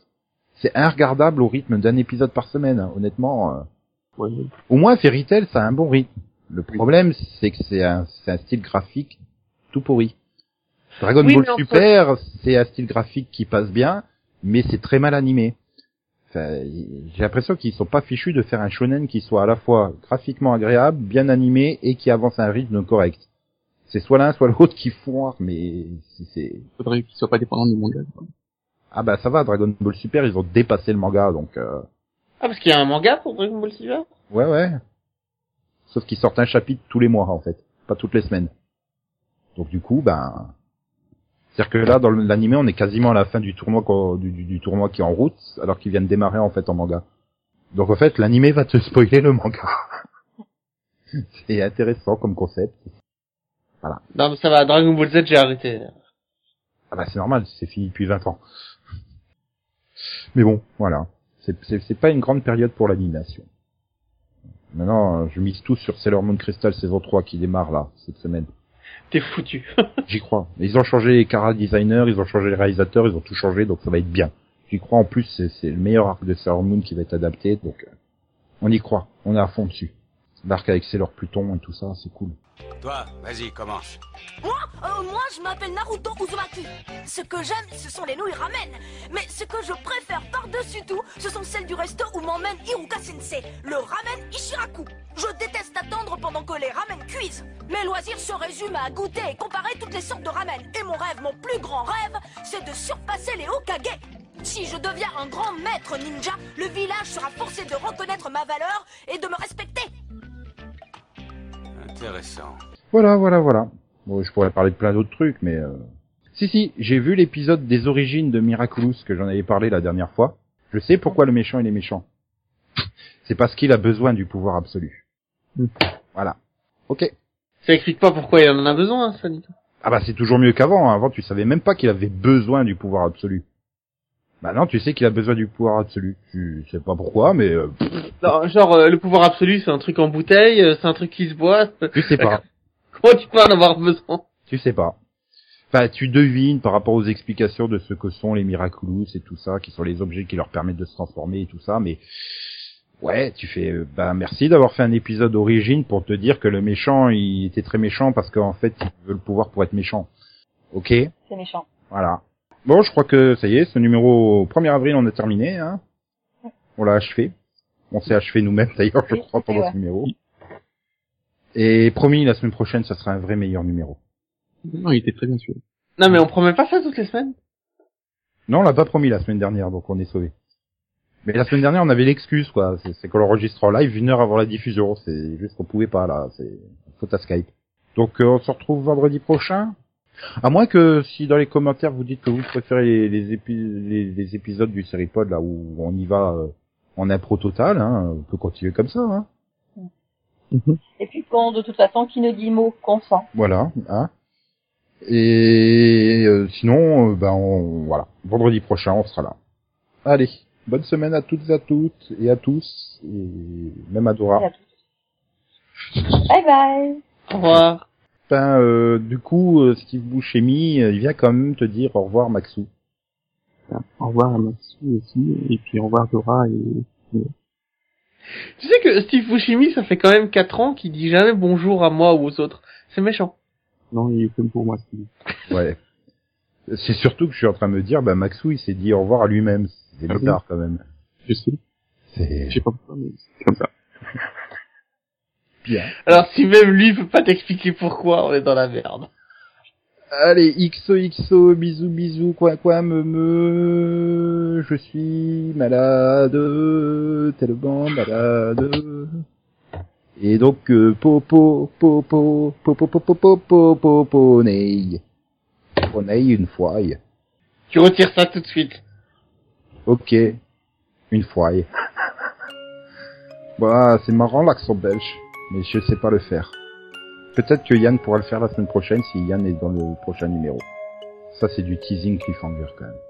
[SPEAKER 1] C'est inregardable au rythme d'un épisode par semaine, hein, honnêtement. euh.
[SPEAKER 2] ouais,
[SPEAKER 1] Au moins, Fairy Tail, ça a un bon rythme. Le problème, c'est que c'est un, c'est un style graphique tout pourri. Dragon
[SPEAKER 3] Oui,
[SPEAKER 1] Ball
[SPEAKER 3] mais en fait-
[SPEAKER 1] Super, c'est un style graphique qui passe bien, mais c'est très mal animé. Enfin, y- j'ai l'impression qu'ils sont pas fichus de faire un shonen qui soit à la fois graphiquement agréable, bien animé et qui avance à un rythme correct. C'est soit l'un, soit l'autre qui foire, mais c'est- c'est...
[SPEAKER 2] faudrait qu'il soit pas dépendant du manga. quoi.
[SPEAKER 1] Ah bah ça va, Dragon Ball Super, ils ont dépassé le manga, donc... euh,
[SPEAKER 3] Ah, parce qu'il y a un manga pour Dragon Ball Silver
[SPEAKER 1] Ouais, ouais. Sauf qu'ils sortent un chapitre tous les mois, en fait. Pas toutes les semaines. Donc, du coup, ben... C'est-à-dire que là, dans l'animé, on est quasiment à la fin du tournoi, qu'on- du, du- du tournoi qui est en route, alors qu'il vient de démarrer, en fait, en manga. Donc, en fait, l'animé va te spoiler le manga. C'est intéressant comme concept.
[SPEAKER 3] Non, mais ça va, Dragon Ball Z, j'ai arrêté.
[SPEAKER 1] Ah bah, c'est normal, c'est fini depuis 20 ans. Mais bon, voilà. C'est- C'est c'est pas une grande période pour l'animation. Maintenant, euh, je mise tout sur Sailor Moon Crystal saison 3 qui démarre là, cette semaine.
[SPEAKER 3] T'es foutu.
[SPEAKER 1] J'y crois. Mais Ils ont changé les cara designers, ils ont changé les réalisateurs, ils ont tout changé, donc ça va être bien. J'y crois. En plus, c'est- c'est le meilleur arc de Sailor Moon qui va être adapté, donc euh, on y croit. On est à fond dessus. L'arc avec Sailor Pluton et tout ça, c'est cool.
[SPEAKER 7] Toi, vas-y, commence.
[SPEAKER 5] Euh, moi, je m'appelle Naruto Uzumaki. Ce que j'aime, ce sont les nouilles ramen. Mais ce que je préfère par-dessus tout, ce sont celles du resto où m'emmène Hiruka Sensei, le ramen Ishiraku. Je déteste attendre pendant que les ramen cuisent. Mes loisirs se résument à goûter et comparer toutes les sortes de ramen. Et mon rêve, mon plus grand rêve, c'est de surpasser les Hokage. Si je deviens un grand maître ninja, le village sera forcé de reconnaître ma valeur et de me respecter.
[SPEAKER 7] Intéressant.
[SPEAKER 1] Voilà, voilà, voilà. Bon, je pourrais parler de plein d'autres trucs, mais... euh, Si, si, j'ai vu l'épisode des origines de Miraculous que j'en avais parlé la dernière fois. Je sais pourquoi le méchant, il est méchant. C'est parce qu'il a besoin du pouvoir absolu.
[SPEAKER 2] Mm.
[SPEAKER 1] Voilà. Ok.
[SPEAKER 3] Ça explique pas pourquoi il en a besoin, hein, ça, Nito.
[SPEAKER 1] Ah bah c'est toujours mieux qu'avant. hein. Avant, tu savais même pas qu'il avait besoin du pouvoir absolu. Bah non, tu sais qu'il a besoin du pouvoir absolu. Tu sais pas pourquoi, mais euh, pff,
[SPEAKER 3] Non, genre, euh, le pouvoir absolu, c'est un truc en bouteille, euh, c'est un truc qui se boit.
[SPEAKER 1] tu sais pas.
[SPEAKER 3] Comment tu peux en avoir besoin
[SPEAKER 1] Tu sais pas. Enfin, tu devines par rapport aux explications de ce que sont les Miraculous et tout ça, qui sont les objets qui leur permettent de se transformer et tout ça, mais ouais, tu fais, euh, bah merci d'avoir fait un épisode origine pour te dire que le méchant, il était très méchant parce qu'en fait, il veut le pouvoir pour être méchant. Ok,
[SPEAKER 6] C'est méchant.
[SPEAKER 1] voilà. Bon, je crois que ça y est, ce numéro 1er avril, on a terminé, hein. On l'a achevé. On s'est achevé nous-mêmes d'ailleurs, je
[SPEAKER 6] Oui,
[SPEAKER 1] crois, pendant
[SPEAKER 6] ouais.
[SPEAKER 1] ce numéro. Et promis, la semaine prochaine, ça sera un vrai meilleur numéro.
[SPEAKER 2] Non, il était très bien sûr.
[SPEAKER 3] Non, mais on promet pas ça toutes les semaines
[SPEAKER 1] Non, on l'a pas promis la semaine dernière, donc on est sauvé. Mais la semaine dernière, on avait l'excuse, quoi. C'est- C'est qu'on l'enregistre en live une heure avant la diffusion. C'est juste qu'on pouvait pas, là. C'est faute à Skype. Donc, euh, on se retrouve vendredi prochain. À moins que, si dans les commentaires, vous dites que vous préférez les, les, épi- les- les épisodes du Seripod, là, où on y va euh, en impro total, hein, on peut continuer comme ça, hein.
[SPEAKER 6] Et puis con, de toute façon, qui ne dit mot consent.
[SPEAKER 1] Voilà, hein. Et euh, sinon, euh, ben on, voilà, vendredi prochain, on sera là. Allez, bonne semaine à toutes et à toutes et à tous, et même à Dora.
[SPEAKER 6] Et à Bye bye.
[SPEAKER 3] Au revoir.
[SPEAKER 1] Ben, euh, du coup, euh, Steve Buscemi, euh, il vient quand même te dire au revoir Maxou.
[SPEAKER 2] Au revoir à Maxou aussi, et puis au revoir Dora et
[SPEAKER 3] Tu sais que Steve Fushimi, ça fait quand même 4 ans qu'il dit jamais bonjour à moi ou aux autres. C'est méchant.
[SPEAKER 2] non, il est comme pour moi. c'est-
[SPEAKER 1] Ouais. C'est surtout que je suis en train de me dire, ben Maxou, il s'est dit au revoir à lui-même. C'est
[SPEAKER 2] Ah oui.
[SPEAKER 1] bizarre quand même.
[SPEAKER 2] Je sais,
[SPEAKER 1] C'est
[SPEAKER 2] je sais pas pourquoi, mais c'est comme ça.
[SPEAKER 1] bien.
[SPEAKER 3] Alors si même lui peut pas t'expliquer pourquoi, on est dans la merde.
[SPEAKER 1] Allez, XOXO, bisous, bisous, quoi, quoi, me, me, je suis malade, tellement malade. Et donc, euh, po, po, po, po, po, po, po, po, po, po, po, poney. Poney une fois.
[SPEAKER 3] Tu retires ça tout de suite.
[SPEAKER 1] Ok. Une fois. Voilà, c'est marrant l'accent belge, mais je sais pas le faire. Peut-être que Yann pourra le faire la semaine prochaine si Yann est dans le prochain numéro. Ça, c'est du teasing cliffhanger quand même.